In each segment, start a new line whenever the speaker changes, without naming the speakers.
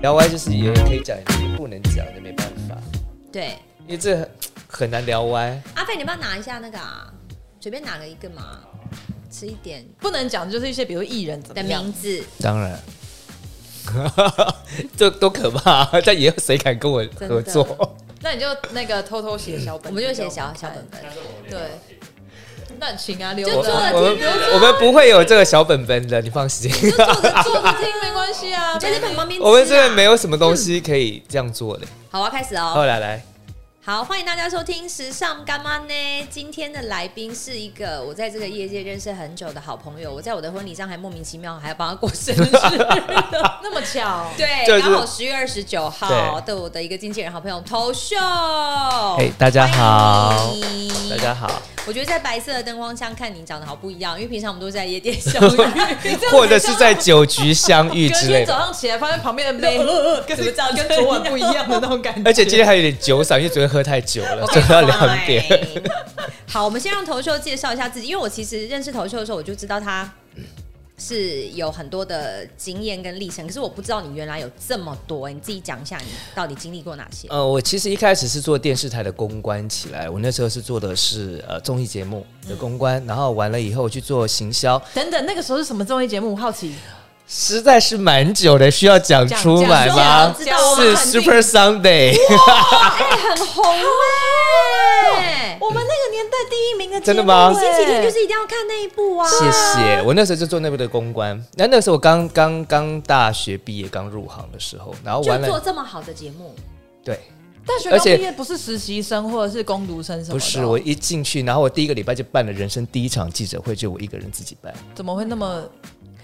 聊歪就是有人可以讲，你不能讲就没办法，
对，
因为这很很难聊歪。
阿飞，你帮我拿一下那个啊，随便拿了一个嘛，吃一点
不能讲就是一些比如艺人怎么
的
样，
名字，
当 然，这多可怕、啊！但以后谁敢跟我
的
合作？
那你就那个偷偷写小本，
我们就写小小本本。
对，乱情啊，留
就
我
着
做了
啊
我们
留着啊
我们不会有这个小本本的，你放心。
坐着听没关系啊，
你 在这边旁边吃啊，
我们这边没有什么东西可以这样做的。
好，我要开始哦。
后来来，
好，欢迎大家收听《时尚干妈》呢。今天的来宾是一个我在这个业界认识很久的好朋友，我在我的婚礼上还莫名其妙还要帮他过生 日。
那么巧，
对，
就是
刚好十月二十九号
对
的我的一个经纪人好朋友头秀。
哎、大家好
欢，迎你
大家好，
我觉得在白色的灯光下看你长得好不一样，因为平常我们都是在夜店相遇，
或者是 在酒局相遇
隔
之类
天
的
早。上起来发现旁边的妹跟
怎么长
跟
这
昨晚
样
不一样的那种感觉，
而且今天还有点酒嗓，因为 昨天喝太久了，
OK，
酒到两点。
fine。好，我们先让头秀介绍一下自己，因为我其实认识头秀的时候，我就知道他是有很多的经验跟历程，可是我不知道你原来有这么多，你自己讲一下你到底经历过哪些。
呃，我其实一开始是做电视台的公关起来，我那时候是做的是呃综艺节目的公关，然后完了以后去做行销，
等等，那个时候是什么综艺节目？好奇，
实在是蛮久的，需要讲出来吗
讲讲？知道
是
我
肯定
Super Sunday，
哎、很红
哦
哎、
我们那个年代第一名的节目
真的吗
你星期天就是一定要看那一部啊！
谢谢。我那时候就做那边的公关，那那时候我刚刚刚大学毕业，刚入行的时候，然后完
就做
了，
这么好的节目，
对，
大学
而
刚
且
毕业不是实习生或者是攻读生什么的，哦
不是我一进去，然后我第一个礼拜就办了人生第一场记者会，就我一个人自己办。
怎么会那么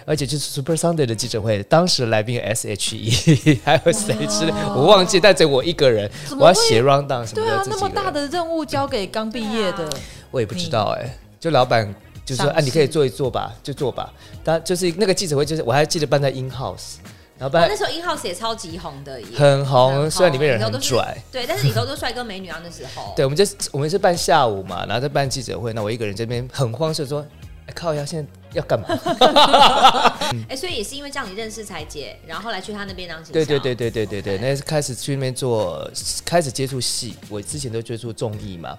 而且就是 Super Sunday 的记者会，当时来宾有 SHE 还有谁之类，我忘记，但只有我一个人，
怎么会
我要写 round down 什么
对
的，
啊？
自
那
己
么
一个
大
人
的任务交给刚毕业的，
我也不知道哎、就老板就说，
赏
啊，你可以
析
做一做吧，就做吧。但就是那个记者会，就是我还记得办在 In House，然后
我
办
哦
那时候英浩也超级红的耶，
很红，
很
虽然里面人
里头
很
都是
拽。
对，但是里头都帅哥美女啊那时候。
对，我们就我们是办下午嘛，然后再办记者会，那我一个人这边很慌，就说、哎靠呀，现在要干嘛？
哎、所以也是因为这样你认识才姐，然后后来去他那边当行
对对
销。
对对对对对，那是开始去那边做，开始接触戏。我之前都接触综艺嘛，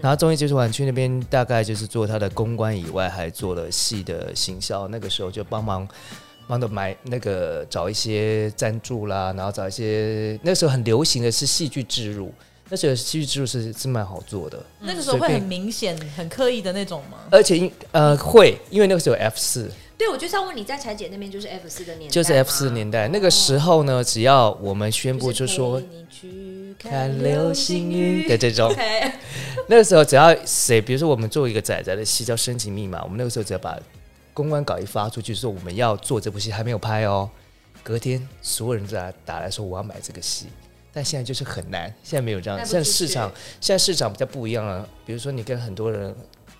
然后综艺接触完去那边，大概就是做他的公关以外，还做了戏的行销。那个时候就帮忙。帮着买那个找一些赞助啦，然后找一些那时候很流行的是戏剧植入，那时候戏剧植入是是蛮好做的，
那个时候
随
会
便
很明显、很刻意的那种吗？
而且因呃会，因为那个时候有 F 四，
对，我就是要问你在柴姐那边就是 F 四的年代吗，
就是 F 四年代，那个时候呢，只要我们宣布
就是
就说
陪你去
看
看
流
流
星
星
雨
雨
的这种，
OK，
那个时候只要谁，比如说我们做一个仔仔的戏叫《深情密码》，我们那个时候只要把公关稿一发出去，说我们要做这部戏，还没有拍哦。隔天所有人都打打来说我要买这个戏，但现在就是很难，现在没有这样。
卖不出
现在市
去
场现在市场比较不一样了，比如说你跟很多人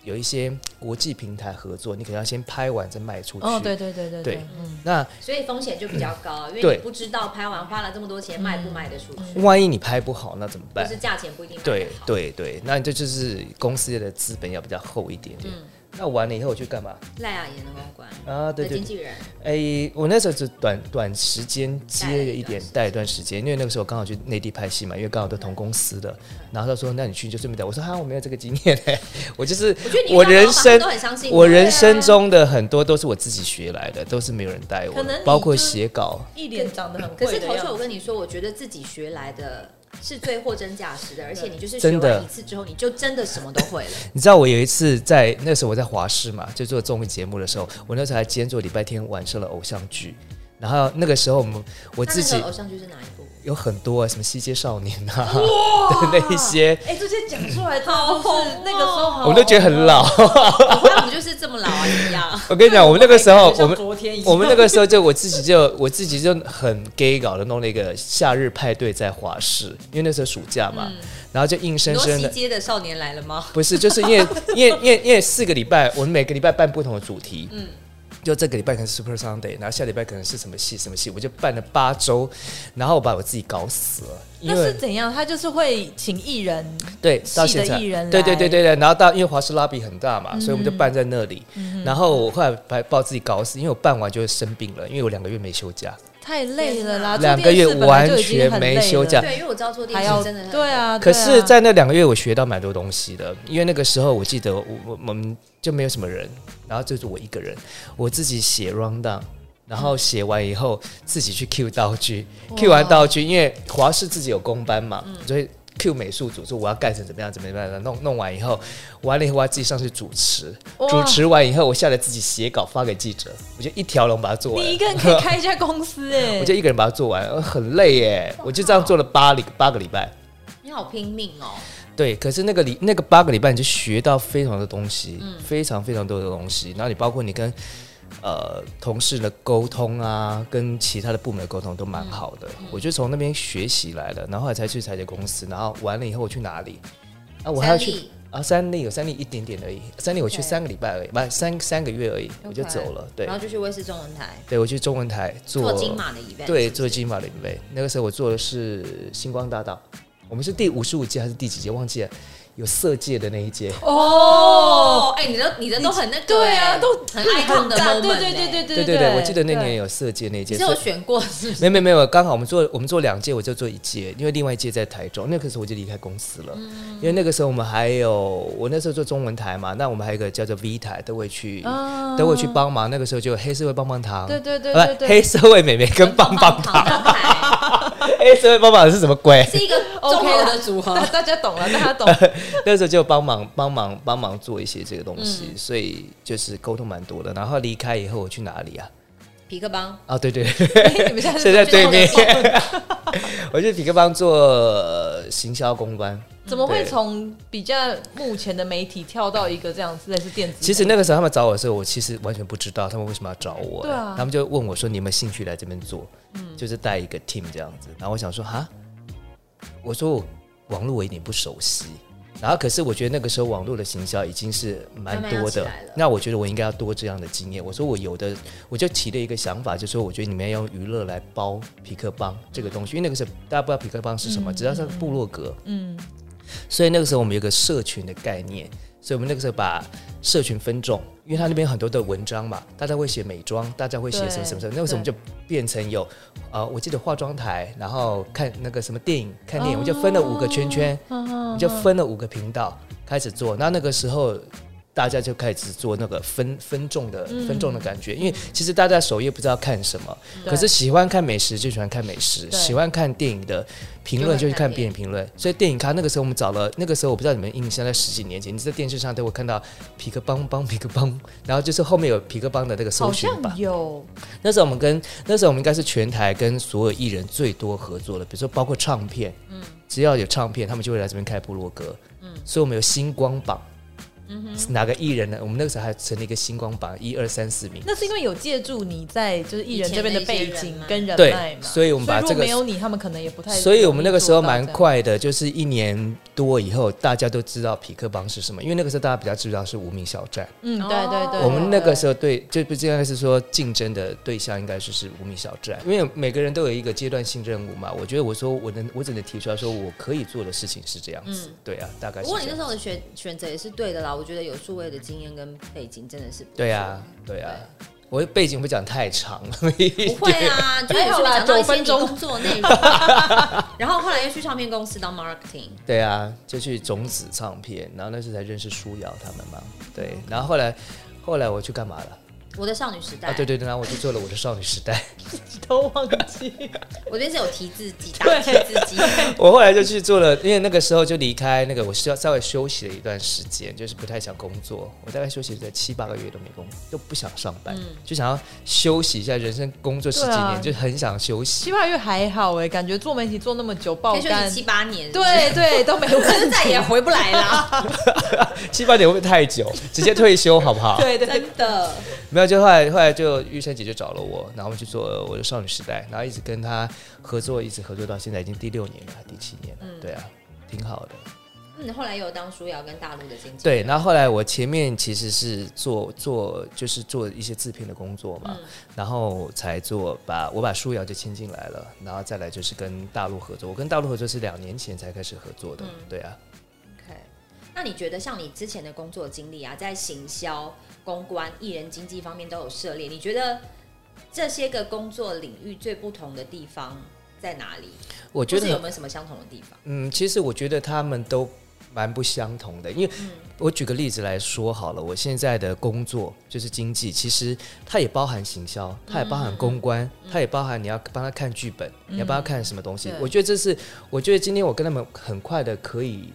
有一些国际平台合作，你可能要先拍完再卖出去。
哦，对对对对
对
对，嗯，
那
所以风险就比较高，因为
对
你不知道拍完花了这么多钱卖不卖得出去，
万一你拍不好，那怎么
就
办
是？价钱不一定卖得
对
好。
对对，那这就是公司的资本要比较厚一点点。
嗯
那完了以后我去干嘛
赖雅妍的公关
啊？对
的
对
经纪人，
哎、我那时候只短短时间接了一点，
带
带一段时间，因为那个时候刚好去内地拍戏嘛，因为刚好都同公司的。
嗯
然后他说：“那你去就顺便带。”我说：“哈，我没有这个经验、 欸，我就是
我觉得你遇
我
到老
人
板
生
都很啊相信你，
我人生中的很多都是我自己学来的，都是没有人带我
可能
的
你，
包括
就是
写稿。
一脸长得很
可是
会的
头秀，
样
我
子。
跟你说，我觉得自己学来的是最货真价实的，而且你就是学
真的
完一次之后，你就真的什么都会了。
你知道我有一次在那时候我在华视嘛，就做综艺节目的时候，我那时候还兼做礼拜天晚上的偶像剧。然后那个时候我们我
那
自
那时
己
候偶像剧是哪一部？
有很多、什么西街少年啊的 那一些，
哎，这些讲出来，
好
好
红
红
哦，
那个时候好
我们都觉得很老。
那我们就是这么老啊，一样。
我跟你讲，我们那个时候，我
像
们
昨天一样
我们那个时候就我自己就我自己就很 gay 搞的弄了一个夏日派对在华市，因为那时候暑假嘛，然后就硬
很
生
多
生
西
的。
街的少年来了吗？
不是，就是因为因为因为因为四个礼拜，我们每个礼拜办不同的主题，嗯，就这个礼拜可能是 Super Sunday，然后下礼拜可能是什么戏什么戏，我就办了八周，然后我把我自己搞死了，因
那
为
是怎样？他就是会请艺人，
对，到
系的
现在，
艺人来
对对对对对，然后到因为华氏拉比很大嘛，所以我们就办在
嗯
那里。然后我后来还把自己搞死，因为我办完就生病了，因为我两个月没休假，
太累了啦，
两个月
做电视本来就已经
完全
很
没
累
休
了
假
对，因为我知道做电
还
视
要
真的很
对，啊，
可
对啊
是，在那两个月，我学到蛮多东西的，因为那个时候我记得我我我们就没有什么人，然后就是我一个人，我自己写 round down，然后写完以后自己去 Q 道具，Q 完道具，因为华视自己有公班嘛，所以 Q 美术组说我要盖成怎么样怎么样怎么样，弄弄完以后，完了以后我要自己上去主持，
哇
主持完以后我下来自己写稿发给记者，我就一条龙把它做完了。
你一个人可以开一家公司哎，
我就一个人把它做完，呃很累耶，我就这样做了八礼八个礼拜。
你好拼命哦。
对，可是那个礼那个八个礼拜，你就学到非常多东西，
嗯
非常非常多的东西。然后你包括你跟呃同事的沟通啊，跟其他的部门的沟通都蛮好的。
嗯
我就从那边学习来了，然后后来才去财杰公司。然后完了以后，我去哪里？啊，我还要
三
去
立
啊三立，有三立一点点而已，三立我去
OK
三个礼拜而已，不三三个月而已，我就
OK
走了。对
然，后就去卫视中文台
对我去中文台
做金马的 event，
对，
是不是
做金马林杯。那个时候我做的是星光大道，我们是第五十五届还是第几届？忘记了。有色戒的那一届，
哦，
哦，哎，你的你的都很那个，
对啊
哎
都
很 icon 的
大
moment，
对对对
哎
对对
对
对
对，我记得那
对
年有色戒那一届
你是，有选过是不是？
没有没有没有，刚好我们做我们做两届，我就做一届，因为另外一届在台中，那个时候我就离开公司了，
嗯
因为那个时候我们还有我那时候做中文台嘛，那我们还有一个叫做 V 台，都会去、
啊
都会去帮忙，那个时候就有黑社会棒棒糖，
对对对
啊
对对
黑社会美眉跟棒 棒糖，
糖
黑社会棒棒糖是什么鬼？
是一个 综
OK
合
啦
的组合
大。大家懂了，大家懂。
那时候就帮忙帮忙帮忙做一些这个东西，所以就是沟通蛮多的。然后离开以后，我去哪里啊？
皮克邦，
啊，对对，
你们现 在
现在
是
对面
去那，
我去匹克邦做、呃行销公关。
怎么会
对
从比较目前的媒体跳到一个这样子类似电子？
其实那个时候他们找我的时候，我其实完全不知道他们为什么要找我、
对啊
他们就问我说：“你有没有兴趣来这边做？”
嗯
就是带一个 team 这样子。然后我想说：“哈，我说我网络我有点不熟悉。”然后可是我觉得那个时候网络的行销已经是蛮
慢慢要
多
起
的
来了，
那我觉得我应该要多这样的经验。我说我有的，我就提了一个想法，就说我觉得你们要用娱乐来包皮克邦这个东西，因为那个时候大家不知道皮克邦是什
嗯
么，只知道是部落格，
嗯，
所以那个时候我们有个社群的概念，所以我们那个时候把社群分众，因为他那边有很多的文章嘛，大家会写美妆，大家会写什么什么什么，那个时候我们就变成有，呃，我记得化妆台，然后看那个什么电影，看电影，我就分了五个圈圈，我就分了五个频道开始做。那那个时候。大家就开始做那个分分众的分众的感觉，因为其实大家首页不知道看什么，
对
可是喜欢看美食就喜欢看美食，
对
喜欢看电影的评论就去看别人评论，所以电影咖那个时候我们找了，那个时候我不知道你们印象，在十几年前，你在电视上都会看到皮克邦邦皮克邦，然后就是后面有皮克邦的那个搜
好
寻吧
像。有，
那时候我们跟那时候我们应该是全台跟所有艺人最多合作的，比如说包括唱片，
嗯
只要有唱片，他们就会来这边开部落格，所以我们有星光榜。
嗯
是哪个艺人呢？我们那个时候还成立一个星光榜，一二三四名。
那是因为有借助你在就是艺人
以
这
前的
边的
一
背
些人
景
脉
跟人
对
脉嘛，
所以我们把
如果
这个
没有你，他们可能也不太。
所以我们那个时候蛮，快的，就是一年多以后，大家都知道匹克邦是什么，因为那个时候大家比较知道是无名小站。
嗯，对对对，
我们那
嗯
个时
候
候对，就不应该是说竞争的对象应该就是无名小站，因为每个人都有一个阶段性任务嘛。我觉得我说我能，我只能提出来说我可以做的事情是这样子，对啊，大概
嗯不
是
过你
这
那时
样。
候的选选择也是对的啦，我觉得有数位的经验跟背景真的是不错
对啊，对啊，我的背景不讲太长了， 没
不会啊，就有时候讲到一些你工作 内容，然后后来又去唱片公司当 marketing，
对啊，就去种子唱片，然后那时候才认识舒瑶他们嘛，对，然后后来后来我去干嘛了？
我的少女时代，
啊，对对对，然后我就做了我的少女时代。
都忘记，
我这边是有提字机，打提字 机，
我后来就去做了，因为那个时候就离开那个，我需要稍微休息了一段时间，就是不太想工作。我大概休息了七八个月都没工，都不想上班，就想要休息一下。人生工作十几
对
年，
啊
就很想休息。
七八月还好哎，感觉做媒体做那么久，爆
可以休息
肝，
七八年，
对对都没有
可是
问
再
题
也，回不 来啦，
七八年会不会太久？直接退休好不好？
对对，
真的。
没有，就后来后来就玉生姐就找了我，然后 我们去做我的少女时代，然后一直跟她合作，一直合作到现在已经第六年了，第七年了，对啊，挺好的。
嗯，后来有当舒瑶跟大陆的经纪
对，
人，
然后后来我前面其实是做做就是做一些制片的工作
嗯
嘛，然后才做把我把舒瑶就签进来了，然后再来就是跟大陆合作。我跟大陆合作是两年前才开始合作的，
嗯
对啊，
OK，那你觉得像你之前的工作经历啊，在行销、公关、艺人经济方面都有涉猎，你觉得这些个工作领域最不同的地方在哪里？
我
就
觉
是
得
有没有什么相同的地方？
嗯，其实我觉得他们都蛮不相同的，因为
嗯
我举个例子来说好了，我现在的工作就是经济，其实它也包含行销，它也包含公关，
嗯
它也包含你要帮他看剧本，你要帮他看什么东西
对。
我觉得这是，我觉得今天我跟他们很快的可以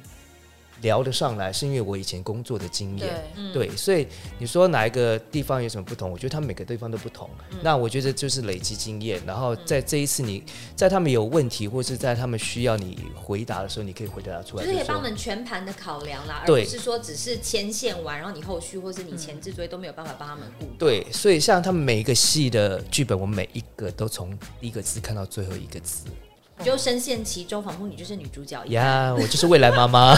聊得上来，是因为我以前工作的经验。
对，
嗯
对，所以你说哪一个地方有什么不同？我觉得他们每个地方都不同。
嗯
那我觉得就是累积经验，然后在这一次你在他们有问题或是在他们需要你回答的时候，你可以回答出
就
来。
是可以帮
说
我们全盘的考量啦，而不
对
是说只是牵线完，然后你后续或是你前置作业都没有办法帮他们顾。
对，所以像他们每一个戏的剧本，我每一个都从第一个字看到最后一个字。嗯
你就深陷其中，仿佛你就是女主角一样。
呀，我就是未来妈妈。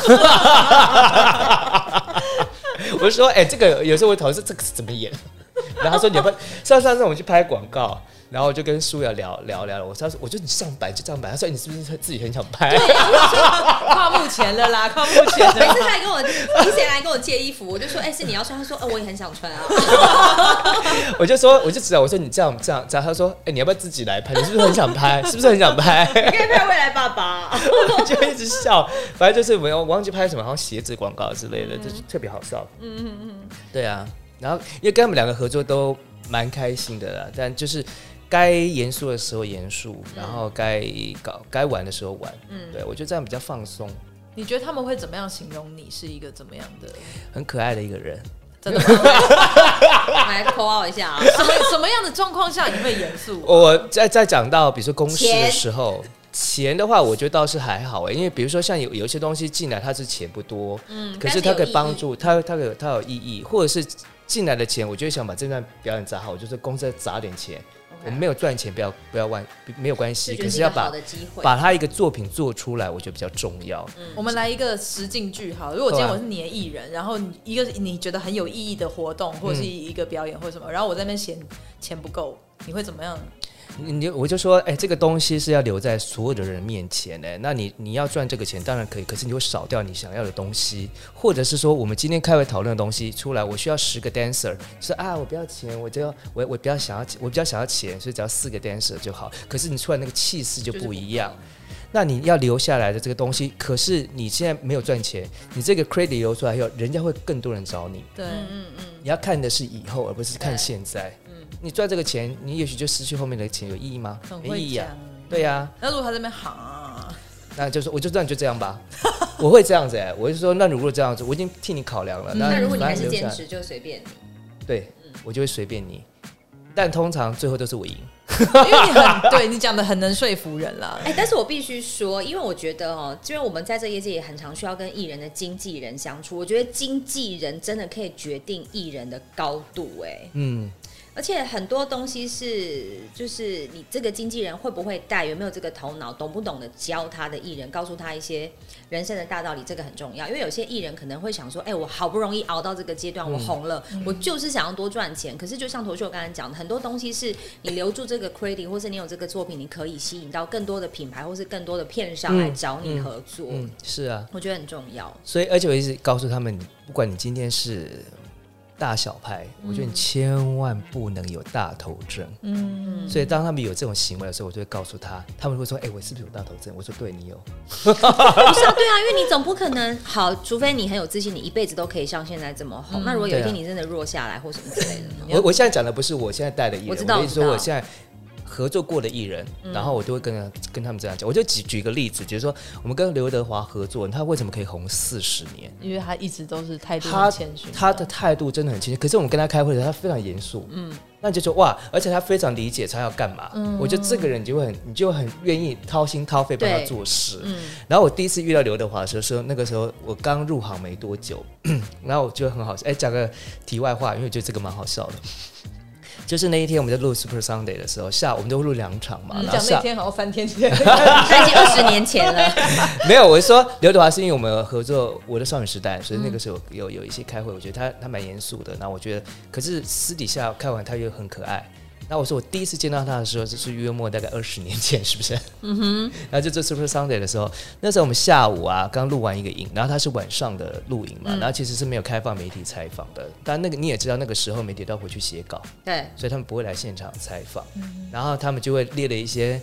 我就说，哎、这个有时候我讨论这个是怎么演，然后他说你要不要上上次我们去拍广告，然后我就跟舒雅聊聊聊了，我说我就你上版就这样版，他说哎你是不是自己很想拍？
跨幕前了啦，跨幕前
每
了。
次他来跟我，以前来跟我借衣服，我就说：“哎、是你要穿？”他说：“哦，我也很想穿啊。
我就说我就知道，我说你这样这样这样，他说哎、你要不要自己来拍？你是不是很想拍？是不是很想拍？
你可以拍未来爸爸。
我 就一直笑，反正就是没有我忘记拍什么，好像鞋子广告之类的，就是特别好笑。嗯嗯嗯，对啊。然后因为跟他们两个合作都蛮开心的啦，但就是该严肃的时候严肃，然后该搞该玩的时候玩。嗯，对我觉得这样比较放松，
你觉得他们会怎么样形容你是一个怎么样的？
很可爱的一个人。
真的吗？
来 call out 一下啊！
什么什么样的状况下你会严肃？
我在在讲到比如说公式的时候，钱的话，我觉得倒是还好哎、因为比如说像有有一些东西进来，它是钱不多，
嗯
可
但
是
是
它
有
可
意
以
义
帮助它，它有它有意义，或者是进来的钱，我就想把这段表演砸好，我就是公司再砸点钱。我们没有赚钱，不要不要万没有关系，
就觉
可
得
是
一
要
个好
把
的机会。
把他一个作品做出来，我觉得比较重要。
我们来一个实境剧好了。如果今天
对啊
我是你的艺人，然后你一个你觉得很有意义的活动，或者是一个表演或什么，然后我在那边嫌钱不够，你会怎么样？
你你我就说，哎、这个东西是要留在所有的人面前的、那你你要赚这个钱，当然可以，可是你会少掉你想要的东西，或者是说，我们今天开会讨论的东西出来，我需要十个 dancer，是啊，我不要钱，我就要我我比较想要我比较想要钱，所以只要四个 dancer 就好。可是你出来那个气势就不一样。那你要留下来的这个东西，可是你现在没有赚钱，你这个 credit 流出来以后，人家会更多人找你。
嗯
对，
你要看的是以后，而不是看现在。
嗯
你赚这个钱，你也许就失去后面的钱，有意义吗
很？
没
会
意义
讲
啊。。对呀、
那如果他在那边哈，
那就是我就这样就这样吧， 我会这样子哎、我就说，那如果这样子，我已经替你考量了。
嗯
那
那
如果你
反
还
正
是嗯
留下
坚
来，
持，就随便你。
对我就会随便你。但通常最后都是我赢，
因为你很对你讲的很能说服人啦。
哎、但是我必须说，因为我觉得哦，因为我们在这业界也很常需要跟艺人的经纪人相处，我觉得经纪人真的可以决定艺人的高度、哎，
嗯，
而且很多东西是，就是你这个经纪人会不会带，有没有这个头脑，懂不懂得教他的艺人，告诉他一些人生的大道理，这个很重要。因为有些艺人可能会想说，哎、我好不容易熬到这个阶哎段，我红了，我就是想要多赚钱。可是就像头秀刚才讲的，很多东西是你留住这个 credit，或是你有这个作品，你可以吸引到更多的品牌或是更多的片商来找你合作，
嗯，是啊。
我觉得很重要。
所以，而且我一直告诉他们，不管你今天是大小牌，
嗯
我觉得你千万不能有大头症。
嗯，
所以当他们有这种行为的时候，我就会告诉他，他们会说：“哎、我是不是有大头症？”我说：“对你有。
不 是啊，对啊，因为你总不可能好，除非你很有自信，你一辈子都可以像现在这么红。那如果有一
对
天
啊
你真的弱下来或什么之类的呢？
我”我现在讲的不是我现在带的艺人，
我知道
的意思说我
我知道嗯
现在合作过的艺人，然后我就会跟他跟他们这样讲。我就举举个例子，比如说我们跟刘德华合作，他为什么可以红四十年？
因为他一直都是态度
他
很谦逊，
他的态度真的很谦虚，可是我们跟他开会的时候，他非常严肃，嗯，那你就说哇，而且他非常理解他要干嘛，我觉得这个人你就会很，你就会很愿意掏心掏肺帮他
对
做事。然后我第一次遇到刘德华的时候，说那个时候我刚入行没多久， 然后我觉得很好笑，哎、讲个题外话，因为我觉得这个蛮好笑的。就是那一天我们在录 Super Sunday 的时候，下午我们都录两场嘛，
你
然后
讲那
下
天好像三天前，
那已经二十年前 了，
没有，我是说刘德华是因为我们合作《我的少女时代》，所以那个时候有有有一些开会，我觉得他他蛮严肃的。那我觉得，可是私底下开完他又很可爱。那我说我第一次见到他的时候，就是约莫大概二十年前，是不是？嗯 哼。然后就做 Super Sunday 的时候，那时候我们下午啊刚录完一个影，然后他是晚上的录影嘛，然后其实是没有开放媒体采访的。但那个你也知道，那个时候媒体都要回去写稿，
对，
所以他们不会来现场采访，然后他们就会列了一些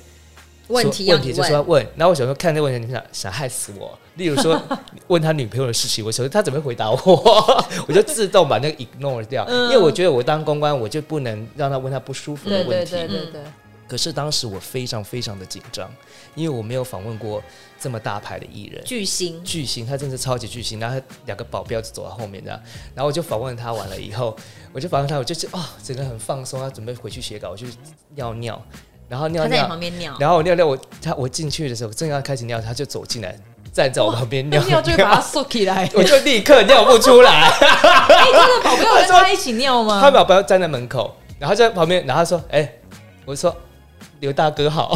问
说
题要
问
你
题就是要
问，
问。然后我想说，看那问题，你想想害死我。例如 说，问他女朋友的事情，我想说他怎么会回答我， 我就自动把那个 ignore 掉，因
嗯
为我觉得我当公关，我就不能让他问他不舒服的
对
问题。
对对对对，
可是当时我非常非常的紧张，因为我没有访问过这么大牌的艺人。
巨星
巨星，他真的是超级巨星，然后他两个保镖就走在后面这样，然后我就访问他完了以后，我就访问他，我就是哦，整个很放松，他准备回去写稿，我就尿尿，然后尿
他在你
尿，
旁边尿，
然后我尿尿，我他我进去的时候正要开始尿，他就走进来，站在我旁边
那
尿
尿就会把它缩起来。哎
我就立刻尿不出来。
真的保镖跟他一起尿吗？
他把不要站在门口，然后就在旁边，然后他说：“哎、我说刘大哥
哦
好。”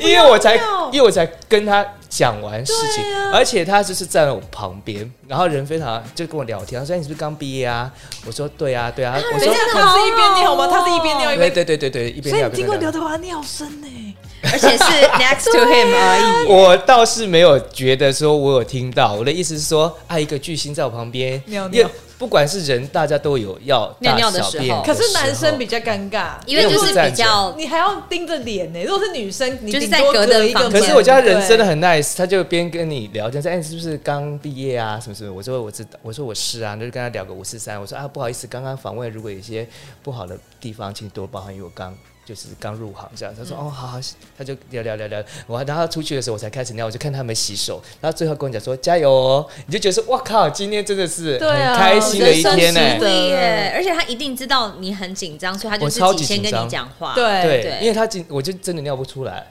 因为我才
尿，
因为我才跟他讲完事情
对啊，
而且他就是站在我旁边，然后人非常就跟我聊天，他说哎：“你是不是刚毕业啊？”我说：“对啊，对啊。”我
等一
说
下，可是一边尿吗？
好好哦
他是一边尿一
对：“
边，
对对对对，一边
所以
聊边
你听过
聊
刘。德华尿声呢？
而且 是 next to him 而已。
我倒是没有觉得说我有听到，我的意思是说，爱一个巨星在我旁边，
尿
因
尿
为不管是人，大家都有要大
尿尿的
小
时
便
候
可是男生比
时
较尴尬，
因为就是比较
你还要盯着脸呢。如果是女生，你
就是
顶
在
多
隔的
一个
房
候
门。
可是我觉得他人
对
真的很 nice，他就边跟你聊天，说哎，你是不是刚毕业啊？什么什么？我说我知道，我说我是啊，那就跟他聊个五四三。我说啊，不好意思，刚刚访问如果有一些不好的地方，请多包涵，因为我刚就是刚入行这样。他说、
嗯
哦，好好，他就聊聊聊聊。我然后他出去的时候，我才开始尿，我就看他们洗手，然后最后跟我讲说加油哦，你就觉得说哇靠，今天真的是
对啊
很开心的一天欸呢、
人生是
对耶，而且他一定知道你很紧张，所以他就
我
自
超
己
级
先跟
紧张
你讲话。
对
对
对，
因为他今我就真的尿不出来，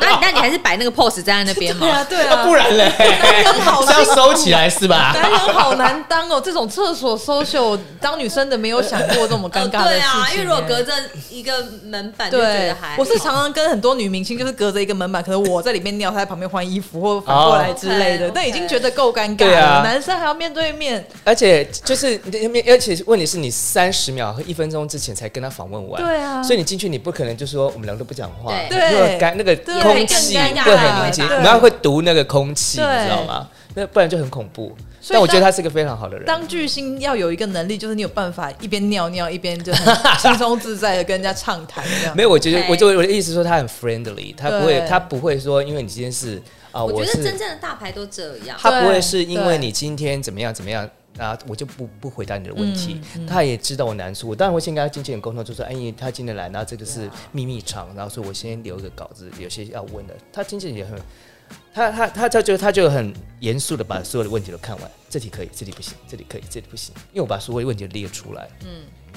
那那你还是摆那个 pose 站在那 边
对
嘛？
啊对啊，
不然嘞，
男人 好
是
辛
要收起来是吧？
男人好难当哦，这种厕所 social 当女生的没有想过这么尴尬的
对
事情、
啊，因为如果
欸
隔
哎
着一个门板就觉
对
得还，
我是
好
常常跟很多女明星就是隔着一个门板，可能我在里面尿，她在旁边换衣服或反过来之类的
哦，
但已经觉得够尴尬
对
了。
啊
男生还要面对面，
而且就是你，而且问题是你三十秒和一分钟之前才跟他访问完，
对啊
所以你进去你不可能就说我们两个都不讲话，
对
那个干那个
对
空气
更尴尬
会很凝结，
对
然后会读那个空气，
对
你知道吗？那不然就很恐怖。
所以
但我觉得
当
他是个非常好的人，
当巨星要有一个能力，就是你有办法一边尿尿一边就很轻松自在的跟人家畅谈这样
没。有，我觉得
OK
我就我的意思说他很 friendly，他不会
对
他不会说因为你今天是啊，
我觉得真
是
正的大牌都这样。
他不
对
会是因
对
为你今天怎么样怎么样。啊，我就不不回答你的问题。
嗯
他也知道我难处，我当然会先跟他经纪人沟通，就说，哎，因为他今天来，然后这个是秘密场，然后说我先留一个稿子，有些要问的。他经纪人也很，他他他他就他就很严肃的把所有的问题都看完，这题可以，这题不行，这里可以，这里不行，因为我把所有问题列出来。嗯，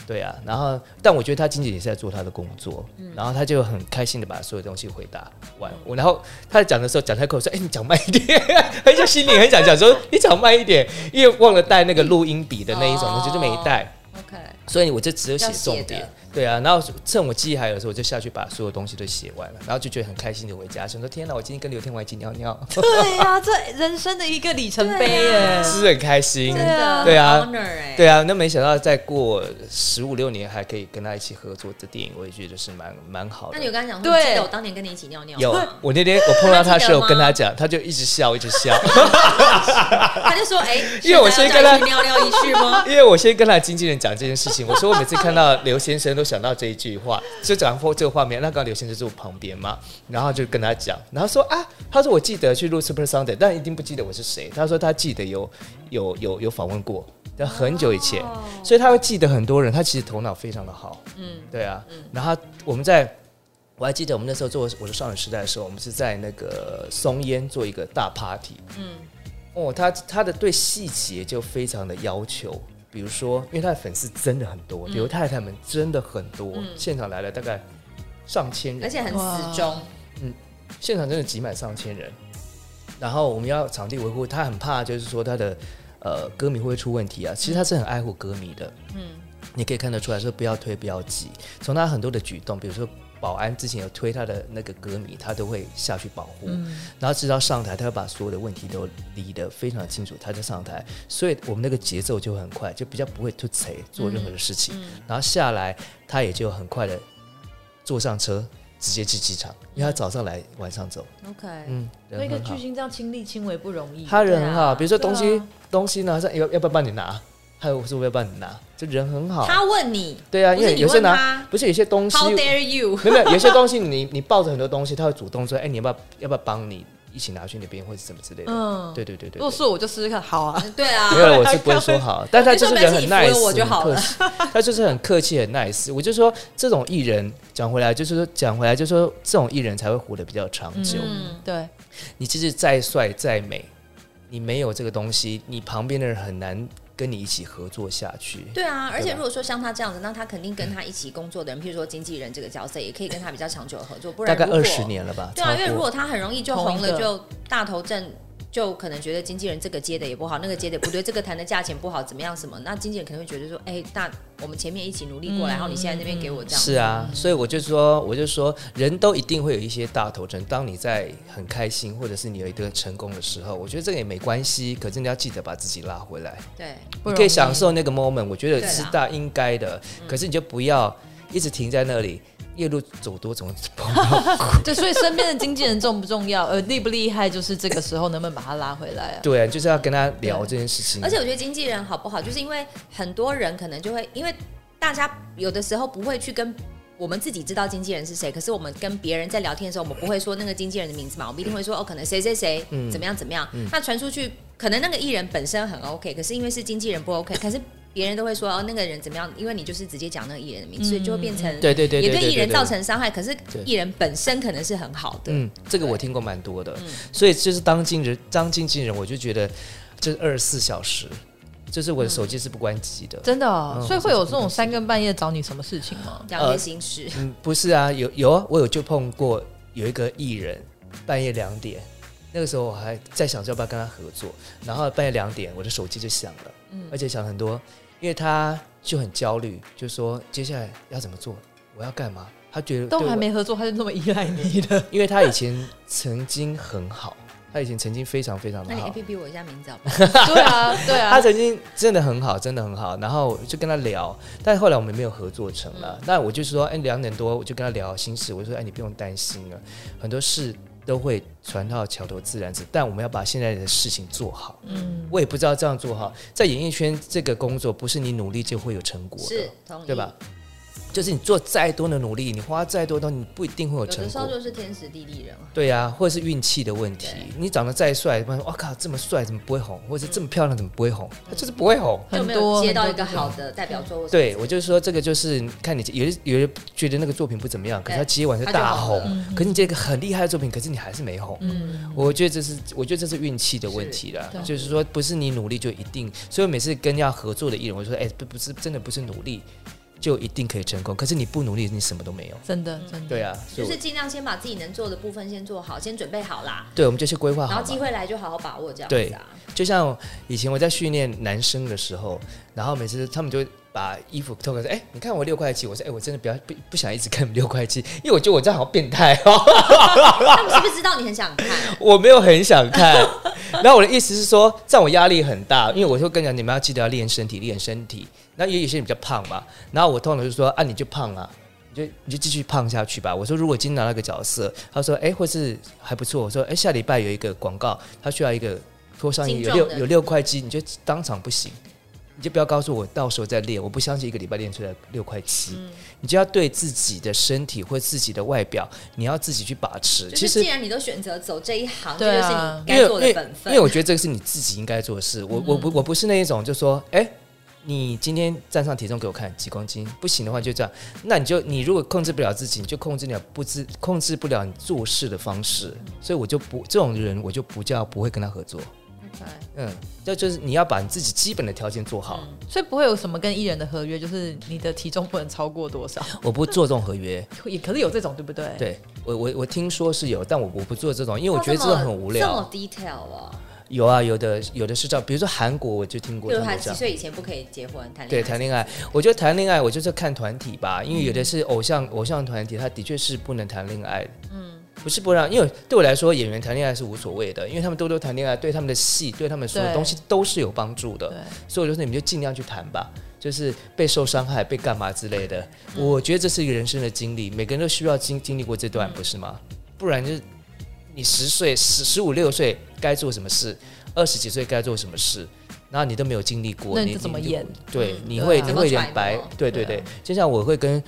对啊。然后，但我觉得他经纪人也是在做他的工作，然后他就很开心的把所有东西回答完。我然后他在讲的时候讲太快，我说：“哎、你讲慢一点。”很想心里很想讲说：“你讲慢一点。”因为忘了带那个录音笔的那一种
哦
东西，就没带。
OK，
所以我就只有写
要写
重
的
点。对啊，然后趁我记忆还有的时候，我就下去把所有东西都写完了，然后就觉得很开心的回家，想说天哪，我今天跟刘天华一起尿 尿，
对呀、这人生的一个里程碑耶、
是不是很开心
真。的，
对啊
h o n o r 哎，
对啊，那没想到再过十五六年还可以跟他一起合作这电影，我也觉得是蛮蛮好
那
的
你。有跟他讲说，
对
记得我当年跟你一起尿尿
有
吗？，
我那天我碰到他的时候，
他记得吗
我跟他讲，他就一直笑，一直 笑，
他就说，哎，
因为我
现
先
在
跟
要
他
叫你去尿尿一 去吗？
因为我先跟他经纪人讲这件事情，我说我每次看到刘先生都想到这一句话，就讲过这个画面。那刚好刘先生就我旁边嘛，然后就跟他讲，然后说啊，他说我记得去录 Super Sunday，但一定不记得我是谁。他说他记得有有有有访问过，但很久以前，所以他会记得很多人。他其实头脑非常的好，哦嗯，对啊。然后他我们在。我还记得我们那时候做《我的少女时代》的时候，我们是在那个松烟做一个大 party，哦，
嗯
他他的对细节就非常的要求，比如说，因为他的粉丝真的很多，
嗯
刘、太太们真的很多，现场来了大概上千人，
而且很死忠，
现场真的挤满上千人。然后我们要场地维护，他很怕就是说他的呃歌迷会不会出问题啊。其实他是很爱护歌迷的，嗯，你可以看得出来说不要推不要挤，从他很多的举动，比如说保安之前有推他的那个歌迷，他都会下去保护，
嗯
然后直到上台，他会把所有的问题都理得非常清楚，他就上台，所以我们那个节奏就很快，就比较不会突贼做任何的事
嗯
情，然后下来他也就很快的坐上车。直接去机场，因为他早上来，晚上走。
OK，
嗯，
所
人
以嗯一个
很好
巨星这样亲力亲为不容易。
他人很
对啊
好，比如说东
对
西、
啊
东西呢，像要要不要帮你拿？还有是不是要帮你拿？就人很好。
他问你
对啊，
不
因
是
为
你
有些
问
拿
他
不是有些东西，
How
没
dare you？
有没有有些东西你你抱着很多东西，他会主动说，哎、你要不要要不要帮你一起拿去那边或者什么之类的。
嗯，
对对对对
如果
对。
是我就试试看，好 啊。
对啊
没，有，我是不会说 好，但他就是人很
你说
nice，
没事你服了我就好了
很客气， 他就是很客气，很 nice。我就说这种艺人讲回来，就是说讲回来，就是说这种艺人才会活得比较长久。
嗯，
对，
你即使再帅再美，你没有这个东西，你旁边的人很难跟你一起合作下去。
对啊，而且
对吧
如果说像他这样子，那他肯定跟他一起工作的人，譬如说经纪人这个角色，也可以跟他比较长久的合作，不
大
然
概
如果
二十。年了吧，
对啊，
超
因为如
过
果他很容易就
同一
红了，
个
就大头症。就可能觉得经纪人这个接的也不好，那个接的不对，这个谈的价钱不好，怎么样什么？那经纪人可能会觉得说，哎、那我们前面一起努力过来，
嗯
然后你现在那边给我这样，
是啊，所以我就说，我就说，人都一定会有一些大头症。当你在很开心，或者是你有一个成功的时候，我觉得这个也没关系。可是你要记得把自己拉回来，
对，
不
你
容易
可以享受那个 moment，我觉得是
对啦
大应该的。可是你就不要一直停在那里，夜路走多总碰 到鬼
对，所以身边的经纪人重不重要，呃，厉不厉害，就是这个时候能不能把他拉回来啊？
对啊，你就是要跟他聊这件事情。
而且我觉得经纪人好不好，就是因为很多人可能就会，因为大家有的时候不会去跟。我们自己知道经纪人是谁，可是我们跟别人在聊天的时候，我们不会说那个经纪人的名字嘛，我们一定会
嗯
说哦，可能谁谁谁怎么样怎么样。那传出去，可能那个艺人本身很 OK，可是因为是经纪人不 OK，可是别人都会说哦那个人怎么样，因为你就是直接讲那个艺人的名字，所以就会变成
嗯对对对，
也
对
对艺人
对
造成伤害。可是
对
艺人本身可能是很好的，
嗯，这个我听过蛮多的，所以就是当经纪人，当经纪人，我就觉得就是二十四小时，就是我的手机是不关机的。
真的、哦，
嗯
所以会有这种三更半夜找你什么事情吗？
讲一些心事。
嗯，不是啊，有有啊，我有就碰过有一个艺人半夜两点，那个时候我还在想说要不要跟他合作，然后半夜两点我的手机就响了，而且响很多，因为他就很焦虑，就说接下来要怎么做，我要干嘛，他觉得
都
对
还
我
没合作，他就那么依赖你了，
因为他以前曾经很好，他以前曾经非常非常
那
的
你
好
A。P P 我一下名字好不好？
对啊，对
他
啊，
曾经真的很好，真的很好，然后就跟他聊，但后来我们没有合作成了。
嗯
那我就说，哎，两点多我就跟他聊心事，我就说，哎，你不用担心了，很多事都会船到桥头自然直，但我们要把现在的事情做好。
嗯，
我也不知道这样做好，在演艺圈这个工作不是你努力就会有成果
是
的，，
同意
对吧？？就是你做再多的努力，你花再多的东西，你不一定会有
有
成
的时候
果。
就是天时地利人和。
对呀、或者是运气的问题
对。
你长得再帅，不然说哇靠，这么帅怎么不会红？或者是这么漂亮怎么不会红？他就是不会红。
就
很
没有
多
接到一个好的代表作，
对，我就是说这个就是看你有人有人觉得那个作品不怎么样，可是他
对
接完就
嗯他就
大
红
红
了，
可是你这个很厉害的作品，可是你还是没红。
嗯，
我觉得这是我觉得这是运气的问题啦，
对
就是说不是你努力就一定，所以我每次跟要合作的艺人，我就说哎、不不是真的不是努力就一定可以成功，可是你不努力你什么都没有。
真的真的，
对啊，所
嗯就
以我
是尽量先把自己能做的部分先做好，先准备好啦，
对，我们就去规划
然
好
后
嘛。
机会来就好好把握这样子啊。
就像以前我在训练男生的时候，然后每次他们就会把衣服脱开说：“哎、你看我六块七。”我说：“哎、我真的不要不不想一直看你们六块七，因为我觉得我这样好变态哦，
他们是不是知道你 很想看？
我没有很想看。” 然后我的意思是说，这样我压力很大，因为我就跟你讲，你们要记得要练身体，练身体。那也有些人比较胖嘛，然后我通常就说：“啊，你就胖啊。”你就你就继续胖下去吧。我说，如果今天拿到一个角色，他说，哎、或是还不错。我说，哎、下礼拜有一个广告，他需要一个脱上衣
精
有
壮
六
的
有六块肌，你就当场不行，你就不要告诉我到时候再练，我不相信一个礼拜练出来六块肌。
嗯
你就要对自己的身体或自己的外表，你要自己去把持。
就
其
是
实
既然你都选择走这一行，这
对
就是
啊
你
因
该
为
做
因
的
为
本
因为
分。嗯
我觉得这个是你自己应该做的事。我我不我不是那一种就说，哎、你今天站上体重给我看几公斤，不行的话就这样。那你就你如果控制不了自己，你就控制不了不知控制不了你做事的方式。所以我就不这种人，我就不叫不会跟他合作。嗯，这就是你要把你自己基本的条件做好。
所以不会有什么跟艺人的合约，就是你的体重不能超过多少，
嗯
我不做这种合 约。
也可是有这种对不对？
对我我我听说是有，但我我不做这种，因为
因
我觉得这种很无
这么
聊。
detail 啊，
有啊，有的有的是这样，比如说韩国我就听过
就
他们
是他
这
几
样。
岁以前不可以结婚谈
对，
恋爱
谈，恋爱，我觉得谈恋爱，我就是看团体吧，因为有的
嗯
是偶像、偶像团体，他的确是不能谈恋爱的。嗯，不是不让，因为对我来说，演员谈恋爱是无所谓的，因为他们多多谈恋爱，对他们的戏，对他们所有
对
东西都是有帮助的。
对，
所以我就说，你们就尽量去谈吧。就是被受伤害、被干嘛之类的，
嗯
我觉得这是一个人生的经历，每个人都需要经经历过这段，不是
嗯
吗？不然就是你十岁、十十五六岁该做什么事，二十几岁该做什么事，然后你都没有经历过，
那你就怎么演？
对，
嗯
你
对
会、
啊
你
怎
么
会脸
揣
白
摩，
对对
对啊
对。就像我会跟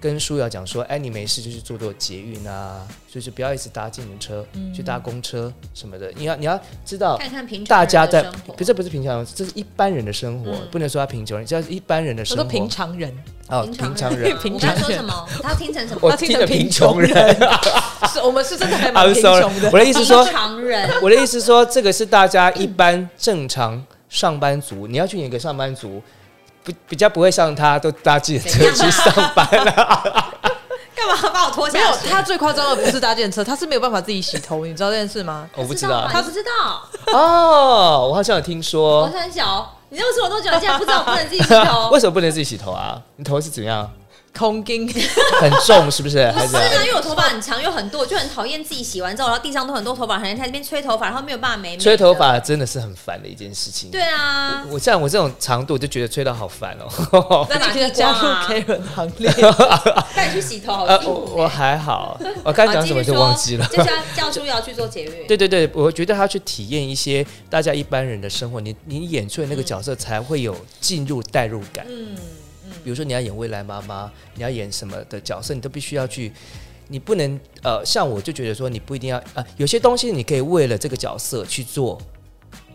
跟舒瑶讲说，哎，你没事就去做做捷运啊，就是不要一直搭计程车，去搭公车什么的。你要你要知道，
嗯看看平常
大家
人的
在
生活嗯
不是不是平常人，这是一般人的生活，不能说他贫穷，叫一般人的
他
生
说
活。
平常人，
哦，
平
平
常
常
人
人
啊，，
平
我刚
常
刚
人
说什么？他听成什么？
我
他听
听着
着贫
贫
穷
穷人
是我们是真的还蛮
，I'm
贫
sorry，
穷的。
我的意思说
平，常人，
我的意思说，这个是大家一般正常上班族，你要去演个上班族，不比较不会像他都搭计程
啊
车去上班啊。
干嘛把我拖
没有
下，水？
他最夸张的不是搭电车，他是没有办法自己洗头，你知道这件事吗？
我不知
吧
道啊
他不知道，
哦，我好像有听
我
说。
很小，哦你认识我多久？你竟然不知道我不能自己洗 头
为？什么不能自己洗头啊？你头是怎样？
空金，
很重是不是？
不
还
是
是
啊，因为我头发很长又很多，我就很讨厌自己洗完之后，然后地上都很多头发，很在那边吹头发，然后没有办法美美的
吹头。发真的是很烦的一件事情。
对啊，
我像我这种长度，我就觉得吹到好烦哦。
那你可以加入
哇
Karen 行列。
带你去洗头啊好
呃，
辛
我
苦。
我还好，我刚才讲什么就忘记了
好。继续说就是要叫舒瑶去做节育。
对对对，我觉得他去体验一些大家一般人的生活，你你演出的那个角色才会有进入代入感。
嗯，
比如说你要演未来妈妈，你要演什么的角色，你都必须要去，你不能呃，像我就觉得说你不一定要啊、呃有些东西你可以为了这个角色去做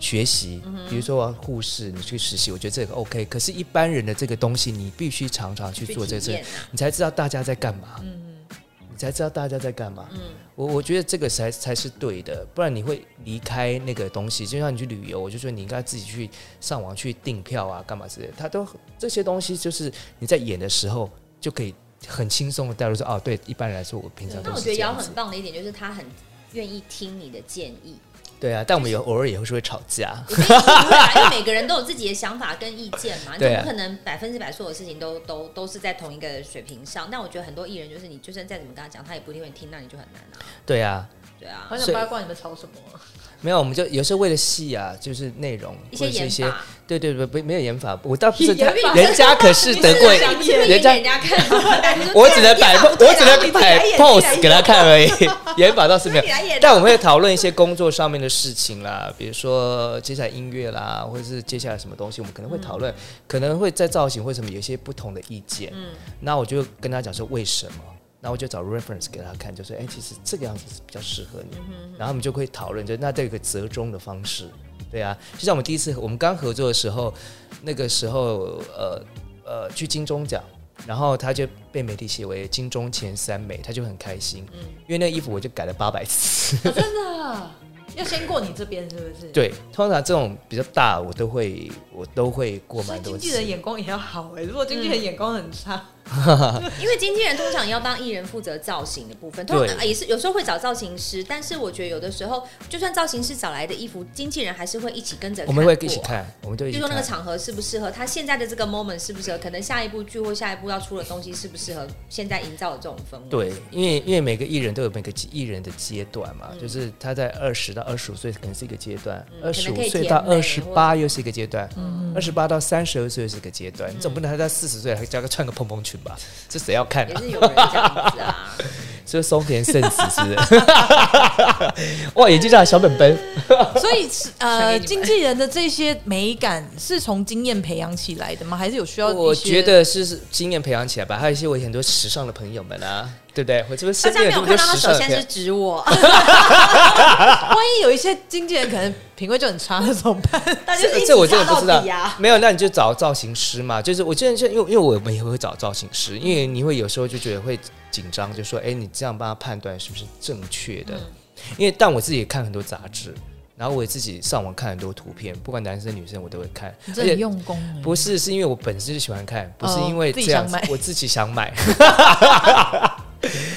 学习，比如说护士你去实习，我觉得这个 OK。可是，一般人的这个东西，你必须常常去
去
做这
体
次
验，啊
你才知道大家在干嘛。
嗯
你才知道大家在干嘛。我我觉得这个才才是对的，不然你会离开那个东西。就像你去旅游，我就说你应该自己去上网去订票啊，干嘛之类的。他都这些东西，就是你在演的时候就可以很轻松的带入说，哦，对，一般来说我平常
那
都
我
是
觉
这
得瑶
样
很
子。
棒的一点就是她很愿意听你的建议，
对啊，但我们有偶尔也会是会吵 架。
我觉得一定会啊啦因为每个人都有自己的想法跟意见嘛，你
对
总
啊
不可能百分之百所有事情都都都是在同一个水平上。但我觉得很多艺人就是你就算再怎么跟他讲，他也不一定会听，那你就很难啊。
对啊，
对啊
好，想八卦你们吵什么。啊
没有，我们就有时候为了戏啊，就是内容
一
或
些
者是
演
一些
法，
对对对，不没有演法，我倒不是
演法
人 家可是得过
你是不是演
人
给
家
人 家看，
我只能摆
啊
pose，我只能摆 pose 给他看而已， 演法倒是没有
你。来演啊，
但我们会讨论一些工作上面的事情啦，比如说接下来音乐啦，或者是接下来什么东西，我们可能会讨论，可能会在造型或什么有一些不同的意见。那我就跟他讲说为什么，那我就找 reference 给他看，就说哎、其实这个样子是比较适合你，然后我们就会讨论，就那这个折中的方式，对啊，就像我们第一次我们刚合作的时候，那个时候呃呃去金钟奖。然后他就被媒体写为金钟前三美，他就很开心，因为那衣服我就改了八百次。
啊真的要先过你这边是不是？，
对，通常这种比较大，我都会我都会过
所以
蛮多
经纪人
次。
眼光也要好哎、如果经纪人眼光很 差，
因为经纪人通常要帮艺人负责造型的部分，通常
对
呃也是有时候会找造型师，但是我觉得有的时候，就算造型师找来的衣服，经纪人还是会一起跟着看
我
过，
们会一起看，我们就一
就
起
说那个
看。
场合适不适合他现在的这个 moment 适不适合，可能下一部剧或下一部要出的东西适不适合现在营造的这种氛围。
对，因为因为每个艺人都有每个艺人的阶段嘛，就是他在二十到二十五岁可能是一个阶段，
嗯
二
可
十
能
五
可以
岁
甜
到
美
二十八又是一个阶段，
嗯
二十八到三十二岁又是一个阶段。你总不能他在四十岁还加个穿个蓬蓬裙 吧？这谁要看
也
啊？
是有人这样子 啊，
这是松田圣子是不是？ 哇，眼睛上小本本，
所以是
传给
呃，
你们
经纪人的这些美感是从经验培养起来的吗？还是有需要？
我觉，得是是经验培养起来吧，还有一些我很多时尚的朋友们啊，对不对？我这边
大
身
家
边
没
有
有
这么多
看到他
时
手
尚的
现
朋
在
友
是指我，
万一有一些经纪人可能品味就很差，那怎么办？
大家就是一
这
起
这我真的
插
不
到
知道
底啊，。
没有，那你就找造型师嘛。就是我之前就因为因为我们也会找造型师，因为你会有时候就觉得会紧张，就说哎，你这样帮他判断是不是正确的？
嗯
因为但我自己也看很多杂志，然后我也自己上网看很多图片，不管男生女生我都会看，
你
而
真的很
且。
用功哎、
不是，是因为我本身就喜欢看，不是
哦
因为
自己
这样
想
子
买
我自己想买。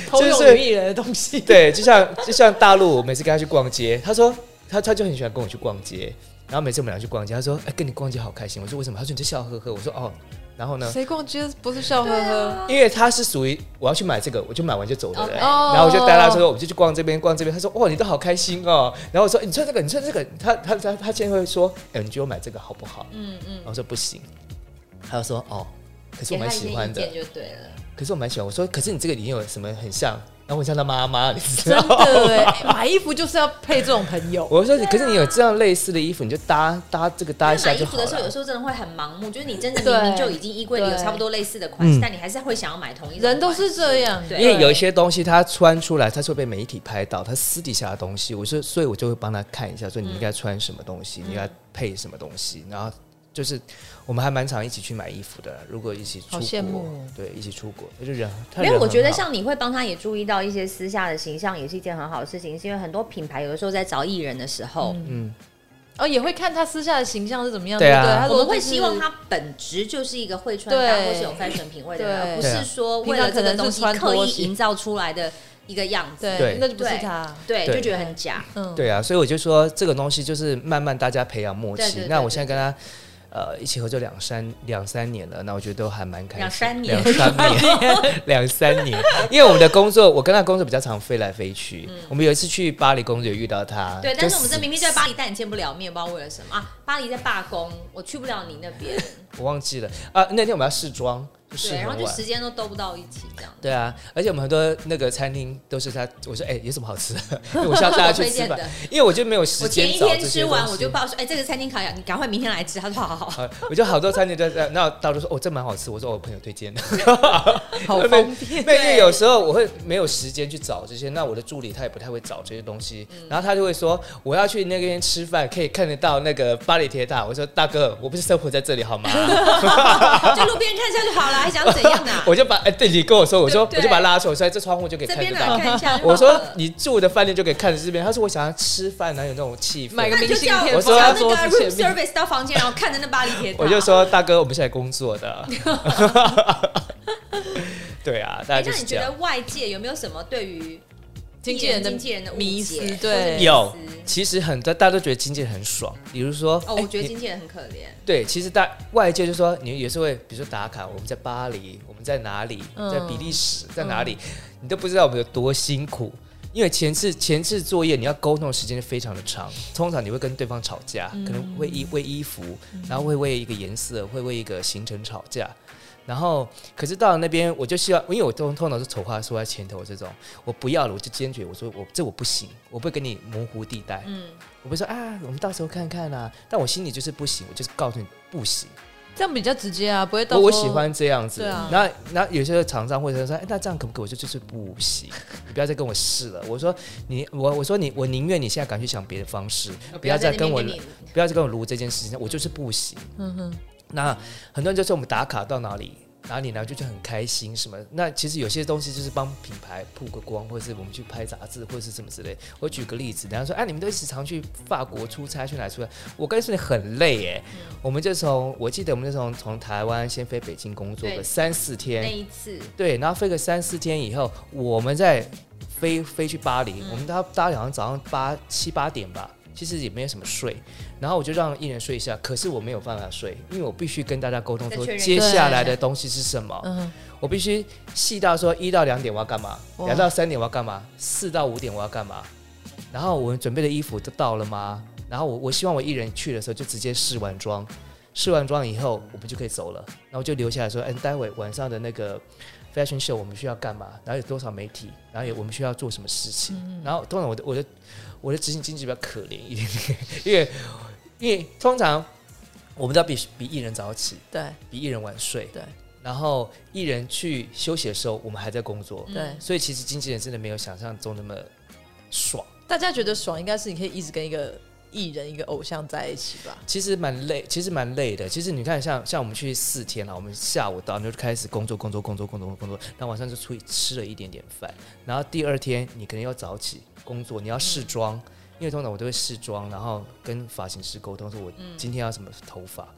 偷用
就是
女艺人的东西。
对，就像就像大陆，我每次跟他去逛街，他说他他就很喜欢跟我去逛街，然后每次我们俩去逛街，他说：“哎、跟你逛街好开心。”我说：“为什么？”他说：“你就笑呵呵。”我说：“哦。”然后呢，
谁逛街不是笑呵呵？
因为他是属于我要去买这个，我就买完就走的人。
OK
哦
然后我就带他说，我们就去逛这边，逛这边。他说：“哇，你都好开心哦。”然后我说：“你穿这个，你穿这个。他”他他他现在会说：“哎、你觉得我买这个好不好？”
嗯嗯，
然后我说：“不行。”他就说：“哦，可是
给
我
他
蛮
一些
喜欢
意
的。”
见就对了。
可是我蛮喜欢，我说，可是你这个里面有什么很像？然后我像他妈妈，你知
真
啊
道？
的哎，买衣服就是要配这种朋友。
我说，可是你有这样类似的衣服，你就搭搭这个搭一
买
下
衣
就
服
好
的时候，有
了。
时候真的会很盲目，就是你真的
对
明明就已经衣柜里有
对
差不多类似的款式，
嗯
但你还是会想要买同一种款式。
人都是这样，
对
因为有一些东西它穿出来，它是会被媒体拍到，它私底下的东西，我说，所以我就会帮他看一下，说你应该穿什么东西，你应该配什么东西，然后。就是我们还蛮常一起去买衣服的，如果一起出
好羡慕
国
哦，
对，一起出国，他就人他
没有，
人
我
很
觉得
好
像你会帮他也注意到一些私下的形象，也是一件很好的事情，是因为很多品牌有的时候在找艺人的时候，
嗯
哦，也会看他私下的形象是怎么样，
对啊
不对？他如
我
果
们会
就是
希望他本质就是一个会穿搭
对
或是有 fashion 品味的
对
人，而不
对
是
啊
说为了这个东西
平常可能是穿
刻
拖
意
鞋
营造出来的一个样子。
对
对，那就不是
对
他。
对，
对
就觉得很假。
嗯，
对啊，所以我就说这个东西就是慢慢大家培养默契。
对对对
那我现在跟他呃一起合作两三两三年了，那我觉得都还蛮开心。
两
两
三年
三年， 两三年。因为我们的工作，我跟他工作比较常飞来飞去。我们有一次去巴黎工作，有遇到他。
嗯对，
就
但是我们
死
这明明就在巴黎，但你见不了面，不知道为了什么啊！巴黎在罢工，我去不了你那 边，
我忘记了啊，那天我们要试妆，就试很
对，然后就
晚。
时间都兜不到一起，这样。
对啊，而且我们很多那个餐厅都是他，我说哎、有什么好吃的？ 因为我需要大家去吃
推荐
饭
的，
因为我就没有时
我
间
前一
找这
天
些
吃完，
东
我
西
就爸说：“哎、这个餐厅烤鸭，你赶快明天来吃。”他说：“好好好。
好，我就好多餐厅都在，那大家都说哦，这蛮好吃。我说哦我朋友推荐的，
好 方便。欸
那因为有时候我会没有时间去找这些，那我的助理他也不太会找这些东西，
嗯
然后他就会说我要去那边吃饭，可以看得到那个巴黎铁塔。我说大哥，我不是生活在这里好 吗？ ？
就路边看一下就好了，还想怎样啊
我就把哎、对你跟我说，我说
对
我就把他拉出来，我说这窗户就可以
这
看
边
得
来
到。
看一下。
我说你住的饭店就可以看着这边，他说我想要吃饭，哪有那种气氛？
买个
那你就叫
明信片
我
放在
叫那
桌子
个 room
前
service 到房间，然后看着那巴黎铁塔。
我就说大哥，我们是来工作 的。 对啊，大家
哎，
就
那
是
你
这
觉
样。
得外界有没有什么对于
经纪人的
经纪人的误
迷
解
思，
或者
对，
有
意思，
其实很多大家都觉得经纪人很爽，比如说，
哦，
哎
我觉得
你
经纪人很可怜。
对，其实大外界就说你也是会，比如说打卡，我们在巴黎，我们在哪里，我
嗯
们在比利时，在哪里，你都不知道我们有多辛苦。因为前次前次作业你要沟通的时间非常的长，通常你会跟对方吵架，
嗯
可能会衣为衣服，然后会为一个颜色，会为一个行程吵架。然后，可是到了那边，我就希望，因为我通通常是丑话说在前头这种，我不要了，我就坚决我说我这我不行，我不会跟你模糊地带。
嗯，
我不是说啊，我们到时候看看啊，但我心里就是不行，我就是告诉你不行，
这样比较直接啊，不会到
我我
时候
喜欢这样子。
对啊
那那有些厂商或者说，哎，那这样可不可以？我说就是不行，你不要再跟我试了。我说你我我说你我宁愿你现在赶去想别的方式，不要再跟我
呃在那边
不要再跟我撸这件事情，我就是不行。嗯哼，那很多人就说我们打卡到哪里。哪里呢？就是很开心什么？那其实有些东西就是帮品牌曝个光，或者是我们去拍杂志，或者是什么之类。我举个例子，人家说，哎、你们都一起常去法国出差，去哪里出差？我跟你说，你很累哎、我们就从我记得我们就从从台湾先飞北京工作
对
个三四
那
天，
一次，
对，然后飞个三四天以后，我们再飞飞去巴
嗯
黎，我们搭搭好像早上八七八点吧，其实也没有什么睡，然后我就让艺人睡一下，可是我没有办法睡，因为我必须跟大家沟通
再
说
确认一
接
下
下来的东西是什么，
嗯，
我必须细到说一到两点我要干嘛，
哦
哇
两到三点我要干嘛，四到五点我要干嘛，然后我们准备的衣服都到了吗？然后我我希望我一人去的时候就直接试完妆，试完妆以后我们就可以走了，然后就留下来说，哎，待会晚上的那个 fashion show 我们需要干嘛？然后有多少媒体？然后有我们需要做什么事情？然后通常我的我的我的执行经纪比较可怜一点点， 因为因为通常我们都要比比艺人早起，
对
比艺人晚睡，
对
然后艺人去休息的时候，我们还在工作，
嗯
对，
所以其实经纪人真的没有想象中那么爽，
大家觉得爽应该是你可以一直跟一个艺人、一个偶像在一起吧？
其实蛮累，其实蛮累的。其实你看像，像我们去四天了，啊我们下午到那就开始工作，工作，工作，工作，工作，那晚上就出去吃了一点点饭，然后第二天你可能要早起工作，你要试妆。因为通常我都会试妆，然后跟发型师沟通，说我今天要什么头发，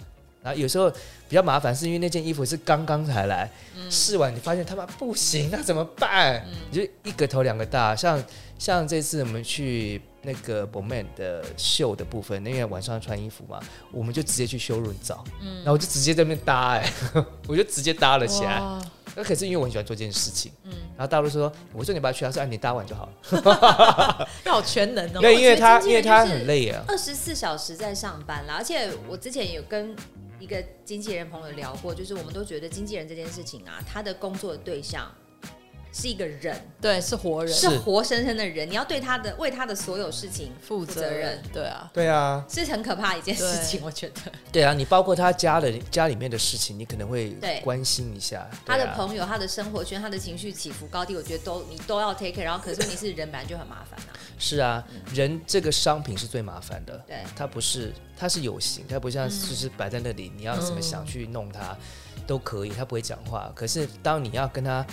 然后有时候比较麻烦，是因为那件衣服是刚刚才来、试完，你发现他妈不行，那怎么办？你就一个头两个大。像像这次我们去那个 b o m a n 的秀的部分，因为晚上要穿衣服嘛，我们就直接去修润找，然后我就直接在那边搭、哎， 我就直接搭了起啊来。
哇
那可是因为我很喜欢做这件事情，嗯，然后大陆说，我说你把它去，他说啊，你搭完就好了。
要有全能哦
那。因为他
我觉得
因为他
就是
很累啊，
二十四小时在上班啦，而且我之前有跟一个经纪人朋友聊过，就是我们都觉得经纪人这件事情啊，他的工作的对象是一个人，
对，是活人，
是活生生的人，你要对他的为他的所有事情
负责
责
任
任，
对啊，
对啊，
是很可怕的一件事情，
对
我觉得。
对啊，你包括他家的家里面的事情，你可能会
对
关心一下
他
对
的
啊
朋友、他的生活圈、他的情绪起伏高低，我觉得都你都要 take care。然后，可是你是人，本来就很麻烦啊。
是啊，人这个商品是最麻烦的，
对
它不是它是有形，它不像就是摆在那里，你要怎么想去弄它都可以，它不会讲话。可是当你要跟他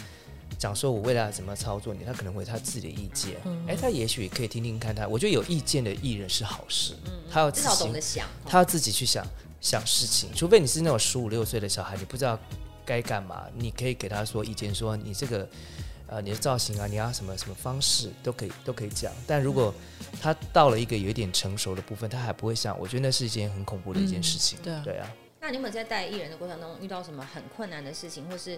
讲说我未来要怎么操作你，他可能会有他自己的意见，哎，他也许可以听听看他。我觉得有意见的艺人是好事，他要
至
自
少懂
行
得想。哦
他要自己去想想事情，除非你是那种十五六岁的小孩，你不知道该干嘛，你可以给他说意见，说你这个呃你的造型啊，你要什么什么方式都可以都可以讲。但如果他到了一个有一点成熟的部分，他还不会想，我觉得那是一件很恐怖的一件事情。
对啊
对啊，
那你有没有在带艺人的过程当中遇到什么很困难的事情，或是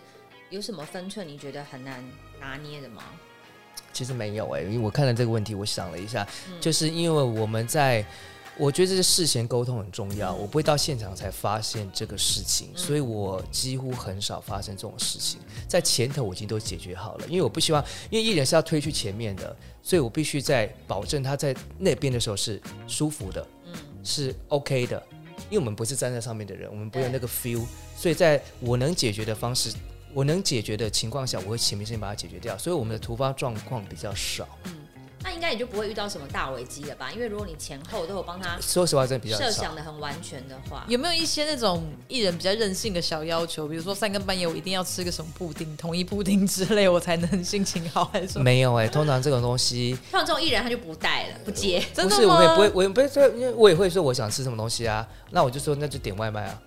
有什么分寸你觉得很难拿捏的吗？
其实没有哎、因为我看了这个问题，我想了一下，就是因为我们在，我觉得这是事前沟通很重要，我不会到现场才发现这个事情，所以我几乎很少发生这种事情，在前头我已经都解决好了，因为我不希望，因为艺人是要推去前面的，所以我必须在保证他在那边的时候是舒服的，
嗯
是 OK 的，因为我们不是站在上面的人，我们不会有那个 feel，所以在我能解决的方式我能解决的情况下，我会前面先把它解决掉，所以我们的突发状况比较少。
那应该也就不会遇到什么大危机了吧？因为如果你前后都有帮他
说实话，真的比较
设
少
想。的很完全的话，
有没有一些那种艺人比较任性的小要求，比如说三更半夜我一定要吃个什么布丁，统一布丁之类，我才能心情好，还是 什么？
没有哎、通常这种东西
像这种艺人他就不带了，不接。
真
不
的
是，我也
吗
不会，我也不会说，因为我也会说我想吃什么东西啊，那我就说那就点外卖啊。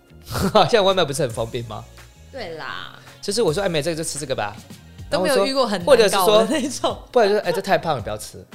现在外卖不是很方便吗？
对啦，
就是我说哎，没这个就吃这个吧，
都没
然后
有
我
遇
说
过很
或者
难
是
搞
说，
的 那种。
不然就是哎这太胖了不要吃。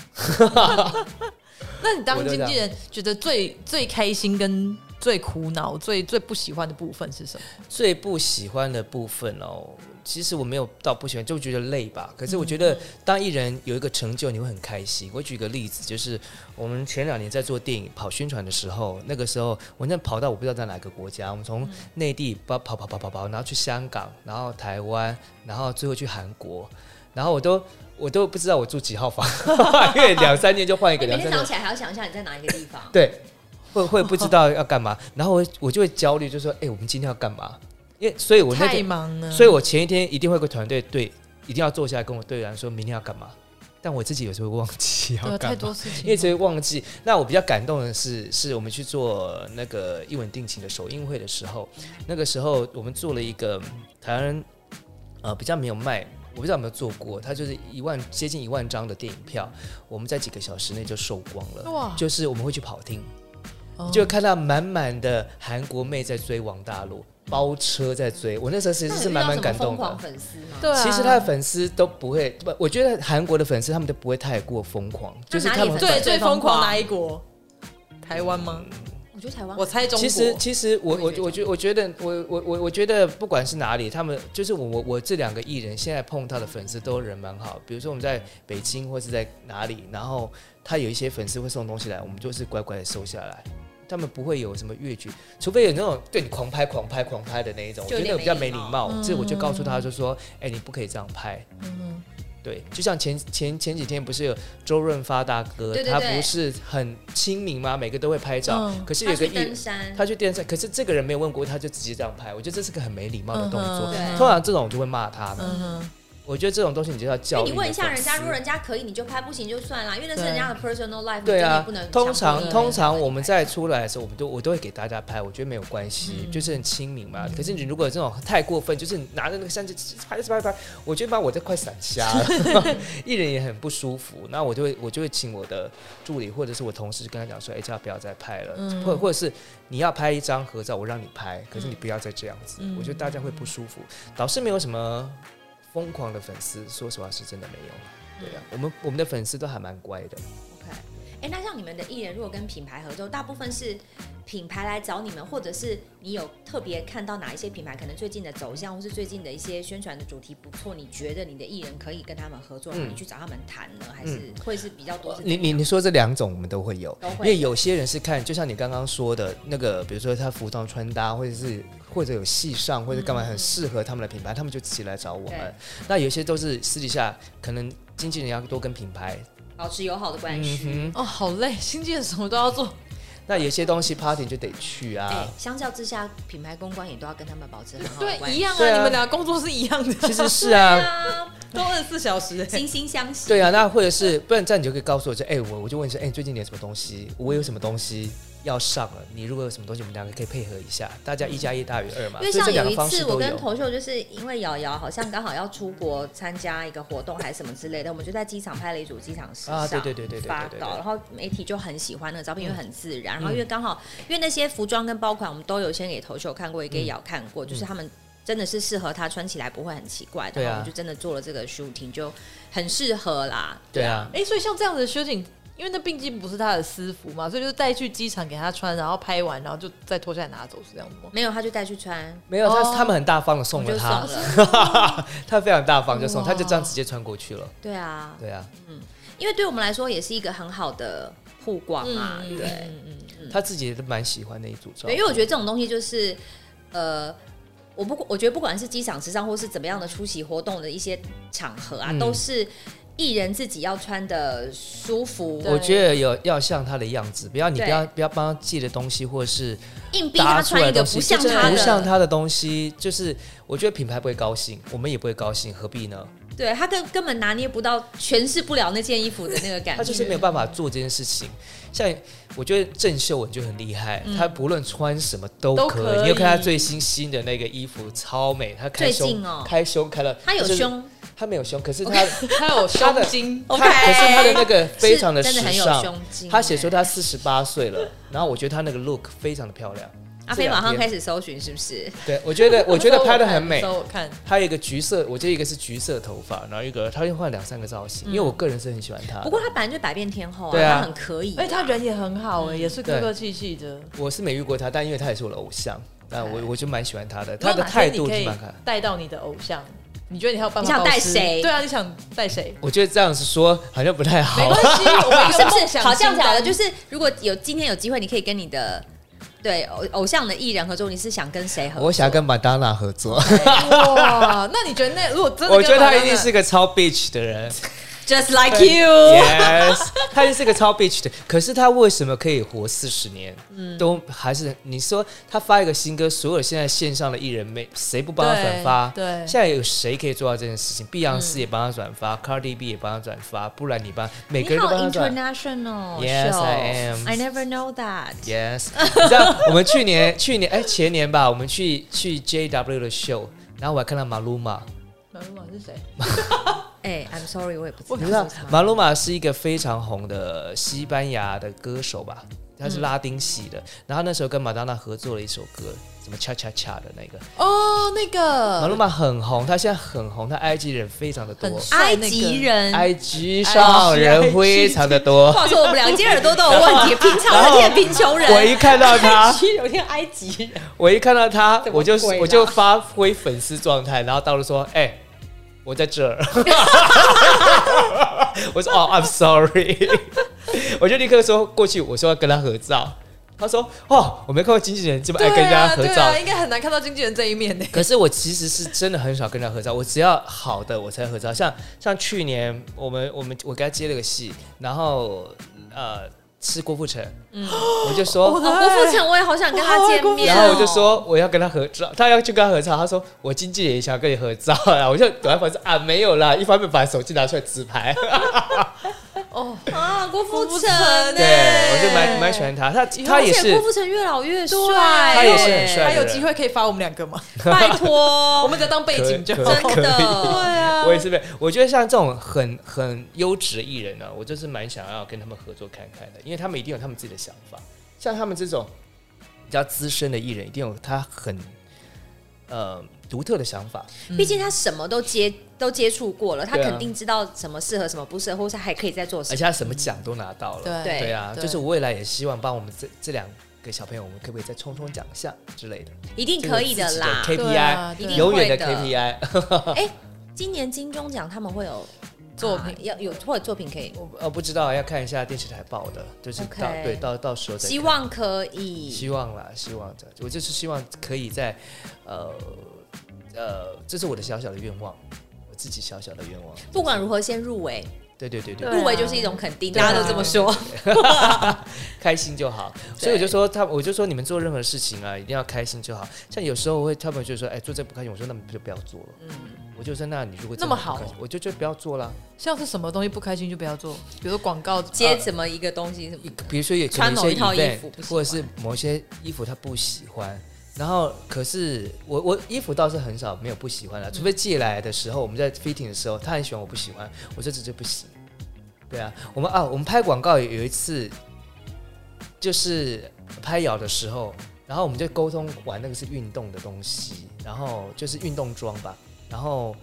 那你当
我就这
经
样
纪人，觉得最最开心跟最苦恼、最最不喜欢的部分是什么？
最不喜欢的部分哦，其实我没有到不喜欢，就觉得累吧。可是我觉得当艺人有一个成就，你会很开心。我举个例子，就是我们前两年在做电影跑宣传的时候，那个时候我那跑到我不知道在哪个国家，我们从内地跑跑跑跑跑跑，然后去香港，然后台湾，然后最后去韩国，然后我都我都不知道我住几号房， 因为两三年就换一个，
哎你每
两
天
三
早
年。
上起来还要想一下你在哪一个地方
对，会会不知道要干嘛，然后我我就会焦虑，就说：“哎、我们今天要干嘛？”因为所以，我那
太
天，
忙了，
所以我前一天一定会有个团队对，一定要坐下来跟我对谈，说明天要干嘛。但我自己有时候会忘记
对
要
啊太
干
多
嘛，
事
因为
情了。
只会忘记。那我比较感动的是，是我们去做那个一吻定情的首映会的时候，那个时候我们做了一个台湾人呃比较没有卖。我不知道有没有做过，它就是一万接近一万张的电影票，我们在几个小时内就售光了。
哇，
就是我们会去跑厅，
哦
你就看到满满的韩国妹在追王大陆，包车在追。我那时候其
那
实
你
是
遇
满
到
满
什么
感
疯
动
狂
的。
粉丝吗？
对啊，
其实他的粉丝都不会，不，我觉得韩国的粉丝他们都不会太过疯狂，就是他们
哪里
对
粉丝
最
最
疯
疯
狂啊
狂
哪一国？台湾吗？
我觉得台湾
我猜中
其
国。
实，其实我
我
我
也
我觉我觉得我我我我觉得不管是哪里，他们就是我我我这两个艺人现在碰到的粉丝都人蛮好。比如说我们在北京或是在哪里，然后他有一些粉丝会送东西来，我们就是乖乖的收下来。他们不会有什么越矩，除非有那种对你狂拍、狂拍、狂拍的那一种，我
就
觉得那
有
种
点
比较
没
没
礼
礼
貌
貌。这我就告诉他就说：“哎、你不可以这样拍。”
嗯
对，就像前前前几天不是有周润发大哥，
对对
他
对
不是很亲民吗？每个都会拍照，
嗯
可是有
他
个
去
艺
登山，
他去电视，可是这个人没有问过，他就直接这样拍，我觉得这是个很没礼貌的动作。
嗯哼
通常这种我就会骂他们，
嗯哼，
我觉得这种东西你就要
因
教育
为你问一下
粉
人家，
丝
如果人家可以，你就拍；不行就算啦，因为那是
对
人家的 personal life，你
对
真的
啊
不能，
通
强迫
常
人
通
家
常
帮
我
你
们
拍
在出来的时候，我们都我都会给大家拍，我觉得没有关系，
嗯
就是很亲民嘛。可是你如果这种太过分，就是你拿着那个相机拍拍拍，我觉得把我这快闪瞎 了，艺人也很不舒服。那我就会我就会请我的助理或者是我同事跟他讲说，哎、这样不要再拍了，
嗯
或、或者是你要拍一张合照，我让你拍，可是你不要再这样子，
嗯
我觉得大家会不舒服。老师没有什么疯狂的粉丝，说实话是真的没有。对啊，我们我们的粉丝都还蛮乖的。
OK，哎、那像你们的艺人如果跟品牌合作，大部分是品牌来找你们，或者是你有特别看到哪一些品牌可能最近的走向，或是最近的一些宣传的主题不错，你觉得你的艺人可以跟他们合作，然后
嗯
你去找他们谈呢，还是会是比较多是怎
你
样？
你你说这两种我们都会有，
都
因
会
为有些人是看，就像你刚刚说的那个，比如说他服装穿搭，或者是或者有戏上，或者干嘛很适合他们的品牌，他们就直接来找我们
嗯对。
那有些都是私底下，可能经纪人要多跟品牌，
保持友好的关
嗯
系。
哼，
哦，好累，新建什么都要做，
那有些东西 party 你就得去啊。
哎、相较之下，品牌公关也都要跟他们保持很好的关
对，一
系。
样
对
啊，
啊
你们俩工作是一样的，
其实是 啊，
啊，
都二十四小 时欸。
惺惺相惜。
对啊，那或者是不然这样你就可以告诉我，就哎、我我就问你说，哎、最近你有什么东西？我有什么东西要上了？你如果有什么东西，我们两个可以配合一下，大家一加一大于二嘛。
因为
所以
像
啊这两
有
个
一
方式
次，
都
我跟
有
头秀就是因为瑶瑶好像刚好要出国参加一个活动还是什么之类的，我们就在机场拍了一组机场时尚
啊对对对对对对对
发
对对嗯
稿，然后媒体就很喜欢那个照片，因为很自然，然后因为刚好因为那些服装跟包款我们都有先给头秀看过，
嗯
也给瑶看过，就是他们。真的是适合她穿起来不会很奇怪的，
对啊
然后我们就真的做了这个 shooting，就很适合啦。
对啊。
哎、所以像这样子的修景，因为那毕竟不是他的私服嘛，所以就是带去机场给他穿，然后拍完，然后就再脱下来拿走，是这样子吗？
没有，她就带去穿，
没有，他
哦
他们很大方的
我
送
们就
了
送
他，
了。
他非常大方就送，
哇
他就这样直接穿过去了。
对啊，
对啊，
因为对我们来说也是一个很好的曝光啊。对，嗯
他自己也蛮喜欢那一组照
对，。因为我觉得这种东西就是，呃，我不，我觉得不管是机场时尚，或是怎么样的出席活动的一些场合啊，
嗯
都是艺人自己要穿的舒服，
我觉得有要像他的样子，不要你
对
不要不要帮他寄的东西，或者是
硬逼
搭
他
出来
穿
的
一个
东西，
不像
就真的
他
不像
的，
他的东西，就是我觉得品牌不会高兴，我们也不会高兴，何必呢？
对他根根本拿捏不到，诠释不了那件衣服的那个感
他
觉，
就是没有办法做这件事情。像我觉得郑秀文就很厉害，
嗯
她不论穿什么都
都
可以。
可
你有看她
以
最新新的那个衣服超美，她开
最
胸
近哦
开胸开了，
他有
就是
胸
她没有胸，可是
OK
她
他有
他
胸
的
襟，
他
OK
可是他的那个非常的
是
时
真的很有
尚
胸。襟
他写说
欸
他四十八岁了，然后我觉得他那个 look 非常的漂亮。
阿飞马上开
始，
始搜寻，是不是？
对我 觉得我觉得拍的很美
那时。候我看，
还有一个橘色，我觉得一个是橘色头发，然后一个他又换两三个造型，因为我个人是很喜欢他的。
不过他本来就百变天后
对啊
他很可以啊，
哎、他人也很好哎、也是客
对
客气气的。
我是没遇过他，但因为他也是我的偶像，那我我就蛮喜欢他的，
如
他
果
的
哪
态
天你
度
可
是
以
蛮看。
带到你的偶像，你觉得你还有办
你
法？
想带谁
对啊，你想带谁？
我觉得这样子说好像不太
没
好
关。 系，我们一
是
个
不
梦
是？
想
好像
清
假的，
单
就是如果有今天有机会，你可以跟你的对偶偶像的艺人合作，你是想跟谁合 作？
我想要跟马当娜合作，
哇。那你觉得那如果真的跟 Madonna，
我觉得他一定是个超 bitch 的人。
Just like you，
Yes，他就是个超 bitch 的。可是他为什么可以活四十年？都还是你说他发一个新歌，所有现在线上的艺人没谁不帮他转发？
对对
现在有谁可以做到这件事情？碧昂斯也帮他转发、c a r d i B 也帮他转发，不然你帮每个
你
人都
好
帮他转。
international
Yes,
show.
I am.
I never know that.
Yes，你知道我们去年、去年哎、前年吧，我们去去 JW 的秀，然后我还看到马鲁玛。
马鲁马是谁？
哎、i m sorry，我也不知道。
你知道马鲁玛是一个非常红的西班牙的歌手吧？他是拉丁系的，然后那时候跟马当娜合作了一首歌，什么恰恰恰的那个。
哦，那
马
个
鲁玛很红，他现在很红，他 IG 人非常的多
很帅
埃及人，
，IG 上人非常的
不
多。
好说，我们两个今天耳朵都有问题。平 常
然后
人也贫穷人，
我一看到 他，
有点埃及人。
我一看到他，
怎么
我就
鬼啦
我就发挥粉丝状态，然后到处说：“哎、我在这儿。” 我说：“哦，I'm sorry。”我就立刻说过去，我说要跟他合照。他说：“哦，我没看过经纪人这么爱
对
跟人家
啊，
合
对
照。
啊，应该很难看到经纪人这一面呢。
可是我其实是真的很少跟他合照，我只要好的我才合照。像像去年我们我们我给他接了个戏，然后呃吃郭富城，我就说，
哦，郭富城，我也好想跟他见 面、哦。
然后我就，说我要跟他合照，他要去跟他合照，他说我经纪人也想跟你合照啊，我就躲在房间啊没有啦，一方面把手机拿出来自拍，
哦，
啊，郭富
郭富
城
城
欸，
对我就蛮蛮喜欢他，他他也
而且
是
郭富城越老越帅，
他也是很帅
还
的
有
人
机会可以发我们两个吗？
拜 托，
我们只当背景就
可
好
以。
真的啊
我也是被，我觉得像这种很很优质的艺人啊呢、我就是蛮想要跟他们合作看看的，因为他们一定有他们自己的想法。像他们这种比较资深的艺人，一定有他很呃独特的想法。
毕
嗯
竟他什么都接都接触过了，他
对啊哎
肯定知道什么适合什么不适合，或是还可以再做什
而
么。
且他什么奖都拿到
嗯
了，
对
对啊，
对
就是我未来也希望帮我们这这两个小朋友，我们可不可以再冲冲奖项之类的？
一定可以的啦。
这个自己
对
的 KPI，、
啊
一定
永远
会
的
的
KPI。
今年金钟奖他们会有
作品
啊要有或者作品可以，
我呃不知道，要看一下电视台报的，就是到
OK
对到到时候再看
希望可以。
希望啦，希望的，我就是希望可以在呃呃，这是我的小小的愿望，我自己小小的愿望。
不管如何，先入围，
对对对对，
对啊
入围就是一种肯定，
对
大
啊
家都这么说。
开心就好。所以我就说他，我就说你们做任何事情啊，一定要开心就好。像有时候我会，他们就说，哎、做这不开心，我说那么就不要做了。嗯，我就说那你如果真的
那么好
不
哦
开心，我就就不要做啦。
像是什么东西不开心就不要做，比如说广告啊
接什么一个东西什么，
比如说有
穿
可能
某
有
一
些
套衣
event，
服不喜欢
或者是某些衣服他不喜欢。然后，可是我我衣服倒是很少没有不喜欢的，除非借来的时候，我们在 fitting 的时候，他很喜欢我不喜欢，我说这就不行。对啊，我们啊，我们拍广告有一次，就是拍咬的时候，然后我们就沟通完那个是运动的东西，然后就是运动装吧，然后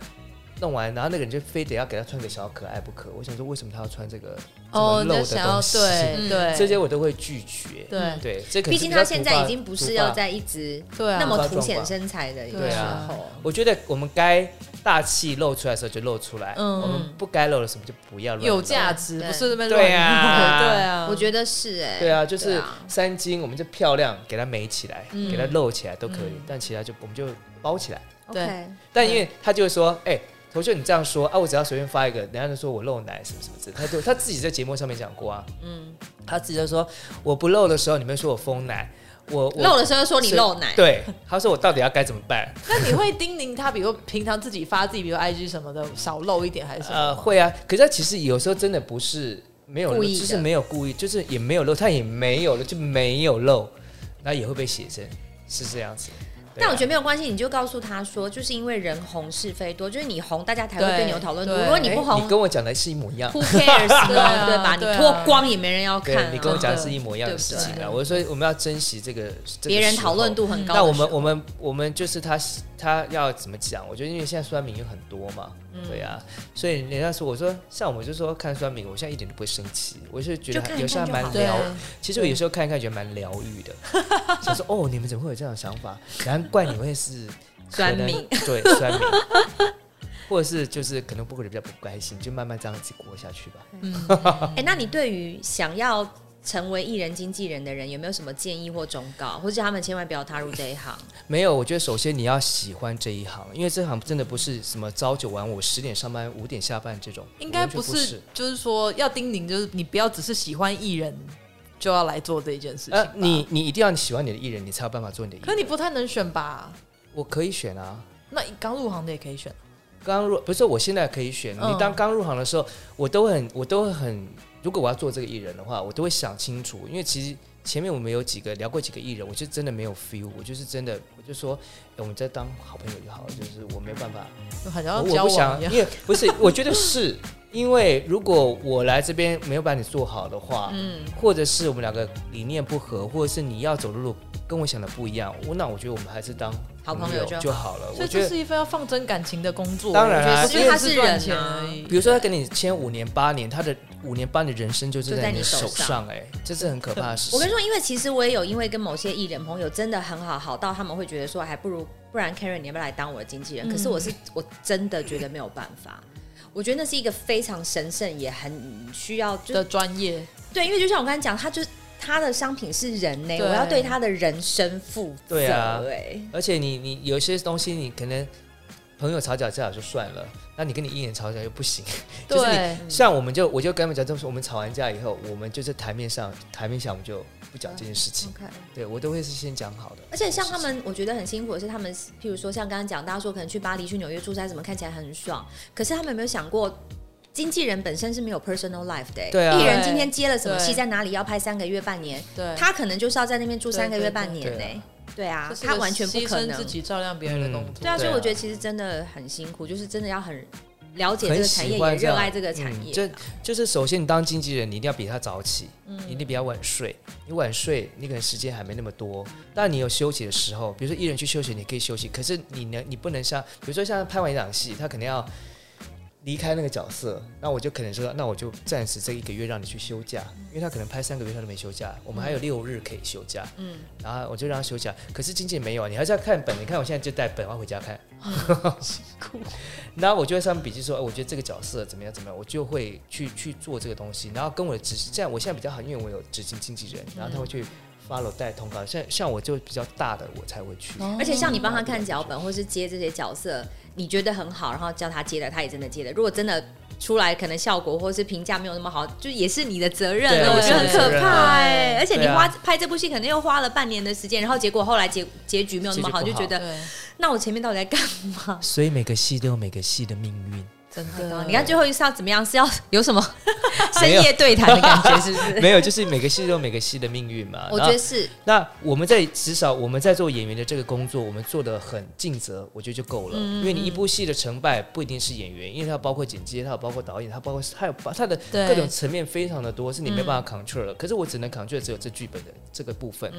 弄完，然后那个人就非得要给他穿个小可爱不可。我想说，为什么他要穿这个这么
哦，
露
那
的
想要
东西？
对对
这些我都会拒绝。
对
对，这可
毕
能
竟
比较
他现在
突
已
发
经不是
突
要
发
再一直
对啊，
那么
突发
凸显
状况
身材的一个
对
时
啊
候。
我觉得我们该大气露出来的时候就露出来，我
嗯
们不该露的什么就不要露。
有价值，
对
不是这边
对 啊
对啊，
我觉得是哎，
对啊，就是
啊嗯
三金，我们就漂亮，给它美起来，给它露起来都可以，但其他就我们就包起来。
对
OK，
但因为他就会说，哎、头秀你这样说啊，我只要随便发一个，人家就说我露奶什么什么之类的，他就他自己在节目上面讲过啊，嗯，他自己就说我不露的时候，你们说我丰奶，我我
露的时候说你
是
露奶，
对，他说我到底要该怎么办？
那你会叮咛他，比如平常自己发自己，比如 IG 什么的，少露一点还是什
呃，
么？
会啊，可是他其实有时候真的不是没有
故意的
就是没有故意，就是也没有漏，他也没有了，就没有漏，那也会被写成是这样子。
但我觉
得
得没有关系，你就告诉他说，就是因为人红是非多，就是你红，大家才会
对
对你有讨论度。
对
如果你不
啊你
红
跟我讲的是一模一样。
，Who cares
对啊
呢？对吧？你
对啊
脱光也没人要看
对
啊。
你跟我讲的
真
是
的
一模一样的
对不
事
对
情啊！我说我们要珍惜这个这个
别人
时候
讨论度很嗯高的时
那
候。
我们我们我们就是他他要怎么讲？我觉得因为现在酸民有很多嘛，
嗯
对啊，所以人家说我说像我们就说看酸民，我现在一点都不会生气，我是觉
就
得
看一
有时候
看就
还
好
蛮
对
疗
啊，
其实我有时候看一看，觉得蛮疗愈 的。想说哦，你们怎么会有这样的想法？难怪你会是
酸民，
可能 对酸民，或者是就是可能不会比较不开心，就慢慢这样子过下去吧。
哎、那你对于想要成为艺人经纪人的人，有没有什么建议或忠告，或者他们千万不要踏入这一行？
没有，我觉得首先你要喜欢这一行，因为这行真的不是什么朝九晚五、十点上班、五点下班这种，
应该
完全
不
不
是，就是说要叮咛，就是你不要只是喜欢艺人就要来做这件事情
呃
吧。，
你你一定要喜欢你的艺人，你才有办法做你的艺
可
人。
你不太能选吧？
我可以选啊，
那刚入行的也可以选，
刚入不是我现在可以选，
嗯
你当刚入行的时候，我都很我都会很，如果我要做这个艺人的话，我都会想清楚，因为其实前面我们有几个聊过几个艺人，我就真的没有 feel，我就是真的我就说、哎我们再当好朋友就好了，就是我没有办法，
就好像
我
要
我
交
不
往
想，
一样。
因为不是，我觉得是因为如果我来这边没有把你做好的话，嗯，或者是我们两个理念不合，或者是你要走的路跟我想的不一样，我那我觉得我们还是当
好朋友
友
就好
就好了，
所
我
以
觉
这
得
是一份要放真感情的工作。
当然啦
我觉
因为
得不是只
他是人啊
赚钱而已。
比如说他跟你签五年八年，他的五年八年人生就
就
是
在
在
你
你
手
手
上
上、哎，这是很可怕的事
我跟你
情。
说，因为其实我也有因为跟某些艺人朋友真的很好，好到他们会觉得说，还哎不如不然 Karen 你要不要来当我的经纪人？可是我是我真的觉得没有办法。我觉得那是一个非常神圣，也很需要，就
的专业，
对，因为就像我刚才讲，他就是他的商品是人呢、
对
我要对他的人生负责、
对啊
哎，
而且你你有一些东西，你可能朋友吵架架就算了，那你跟你艺人吵架又不行，
对
就是你嗯像我们就我就跟他们讲，就是我们吵完架以后，我们就是台面上台面下我们就不讲这件事情，
OK。
对我都会是先讲好的。
嗯而且像他们，我觉得很辛苦的是，他们譬如说像刚刚讲，大家说可能去巴黎、去纽约出差，怎么看起来很爽，可是他们有没有想过？经纪人本身是没有 personal life 的、欸，
对啊
艺人今天接了什么戏，
对
在哪里要拍三个月、半年，
对，
他可能就是要在那边住三个月、
对对
半年
对
呢、
对
欸对啊
这，是一个
他完全不
牺
可
牲
能
自。己照亮别人的工作。
对啊，所以
对啊
我觉得其实真的很辛苦，就是真的要很了解这
很
个产业，
喜欢
也
这样
热爱这个产
嗯
业。
就就是首先你当经纪人，你一定要比他早起，
嗯
你一定比他晚睡。你晚睡，你可能时间还没那么多，但你有休息的时候，比如说艺人去休息，你可以休息，可是你呢，你不能像，比如说像拍完一档戏，他可能要。离开那个角色，那我就可能说，那我就暂时这一个月让你去休假，因为他可能拍三个月他都没休假，我们还有六日可以休假，嗯，然后我就让他休假。可是经纪人没有啊，你还是要看本，你看我现在就带本，我要回家看， 那我就在上面笔记说，哎我觉得这个角色怎么样怎么样，我就会去去做这个东西，然后跟我的执行，这样我现在比较好，因为我有执行经纪人，然后他会去 follow 带通告，像像我就比较大的我才会去，
哦
而且像你帮他看脚本，或是接这些角色，你觉得很好，然后叫他接了，他也真的接了。如果真的出来，可能效果或是评价没有那么好，就也是你的责任
对
了。
啊
我觉得很
是我的责
可
任
怕
啊
哎、而且你
对啊
花拍这部戏，可能又花了半年的时间，然后结果后来结结局没有那么好，
结
就
局不好
觉得
对，
那我前面到底在干嘛？
所以每个戏都有每个戏的命运。
真 的，
你看最后是要怎么样？是要 有什么深
没有
夜对谈的感觉，是不是？
没有，就是每个戏都有每个戏的命运嘛。
我
然
觉
后
得是，
那我们在至少我们在做演员的这个工作，我们做的很尽责，我觉得就够
嗯
了。因为你一部戏的成败不一定是演员，因为它包括剪接，它有包括导演，它包括它有它的
对
各种层面非常的多，是你没办法 control 的。可是我只能 control 只有这剧本的这个部分。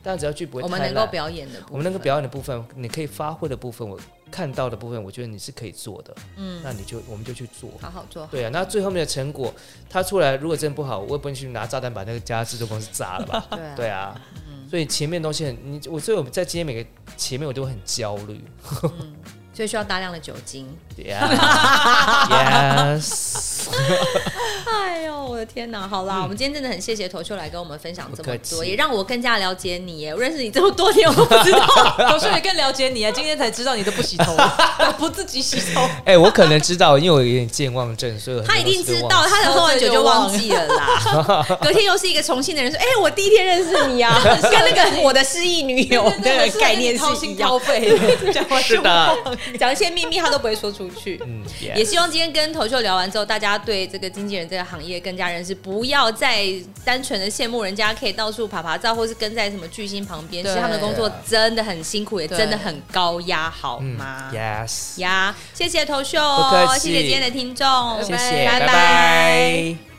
但只要剧不会
嗯我
太
们
烂，
能够表演的部分，
我们那个表演的部分，你可以发挥的部分，我看到的部分，我觉得你是可以做的。嗯，那你就我们就去做。
好好做好。
对啊，那最后面的成果，它出来如果真的不好，我也不能去拿炸弹把那个家制作公司炸了 吧？
对啊
对啊，所以前面的东西很，你我所以我在今天每个前面我都很焦 虑。
所以需要大量的酒精。
Yeah，yes，
哎呦，我的天哪！好啦，我们今天真的很谢谢头秀来跟我们分享这
不客
么多，
气
也让我更加了解你耶。我认识你这么多年，我都不知道
我说也更了解你啊，今天才知道 你都不洗头，不自己洗头。
哎、我可能知道，因为我有点健忘症，所以我很多
他一定
东西
知
都忘
道，
了
他的喝完酒就忘记了啦。隔天又是一个重庆的人说：“哎、我第一天认识你啊， 跟那个我的失忆女友的概念
掏
是一
心
样
掏。肺，
是的，”
讲一些秘密，他都不会说出去。
嗯
也
，yes，
希望今天跟头秀聊完之后，大家对这个经纪人这个行业更加认识，不要再单纯的羡慕人家可以到处爬爬照，或是跟在什么巨星旁边。其
对
实他们的工作真的很辛苦，也
对
真的很高压，好
嗯
吗？
，yes，
呀，谢谢头秀
不客，气
谢谢今天的听众，
谢谢，
拜
拜拜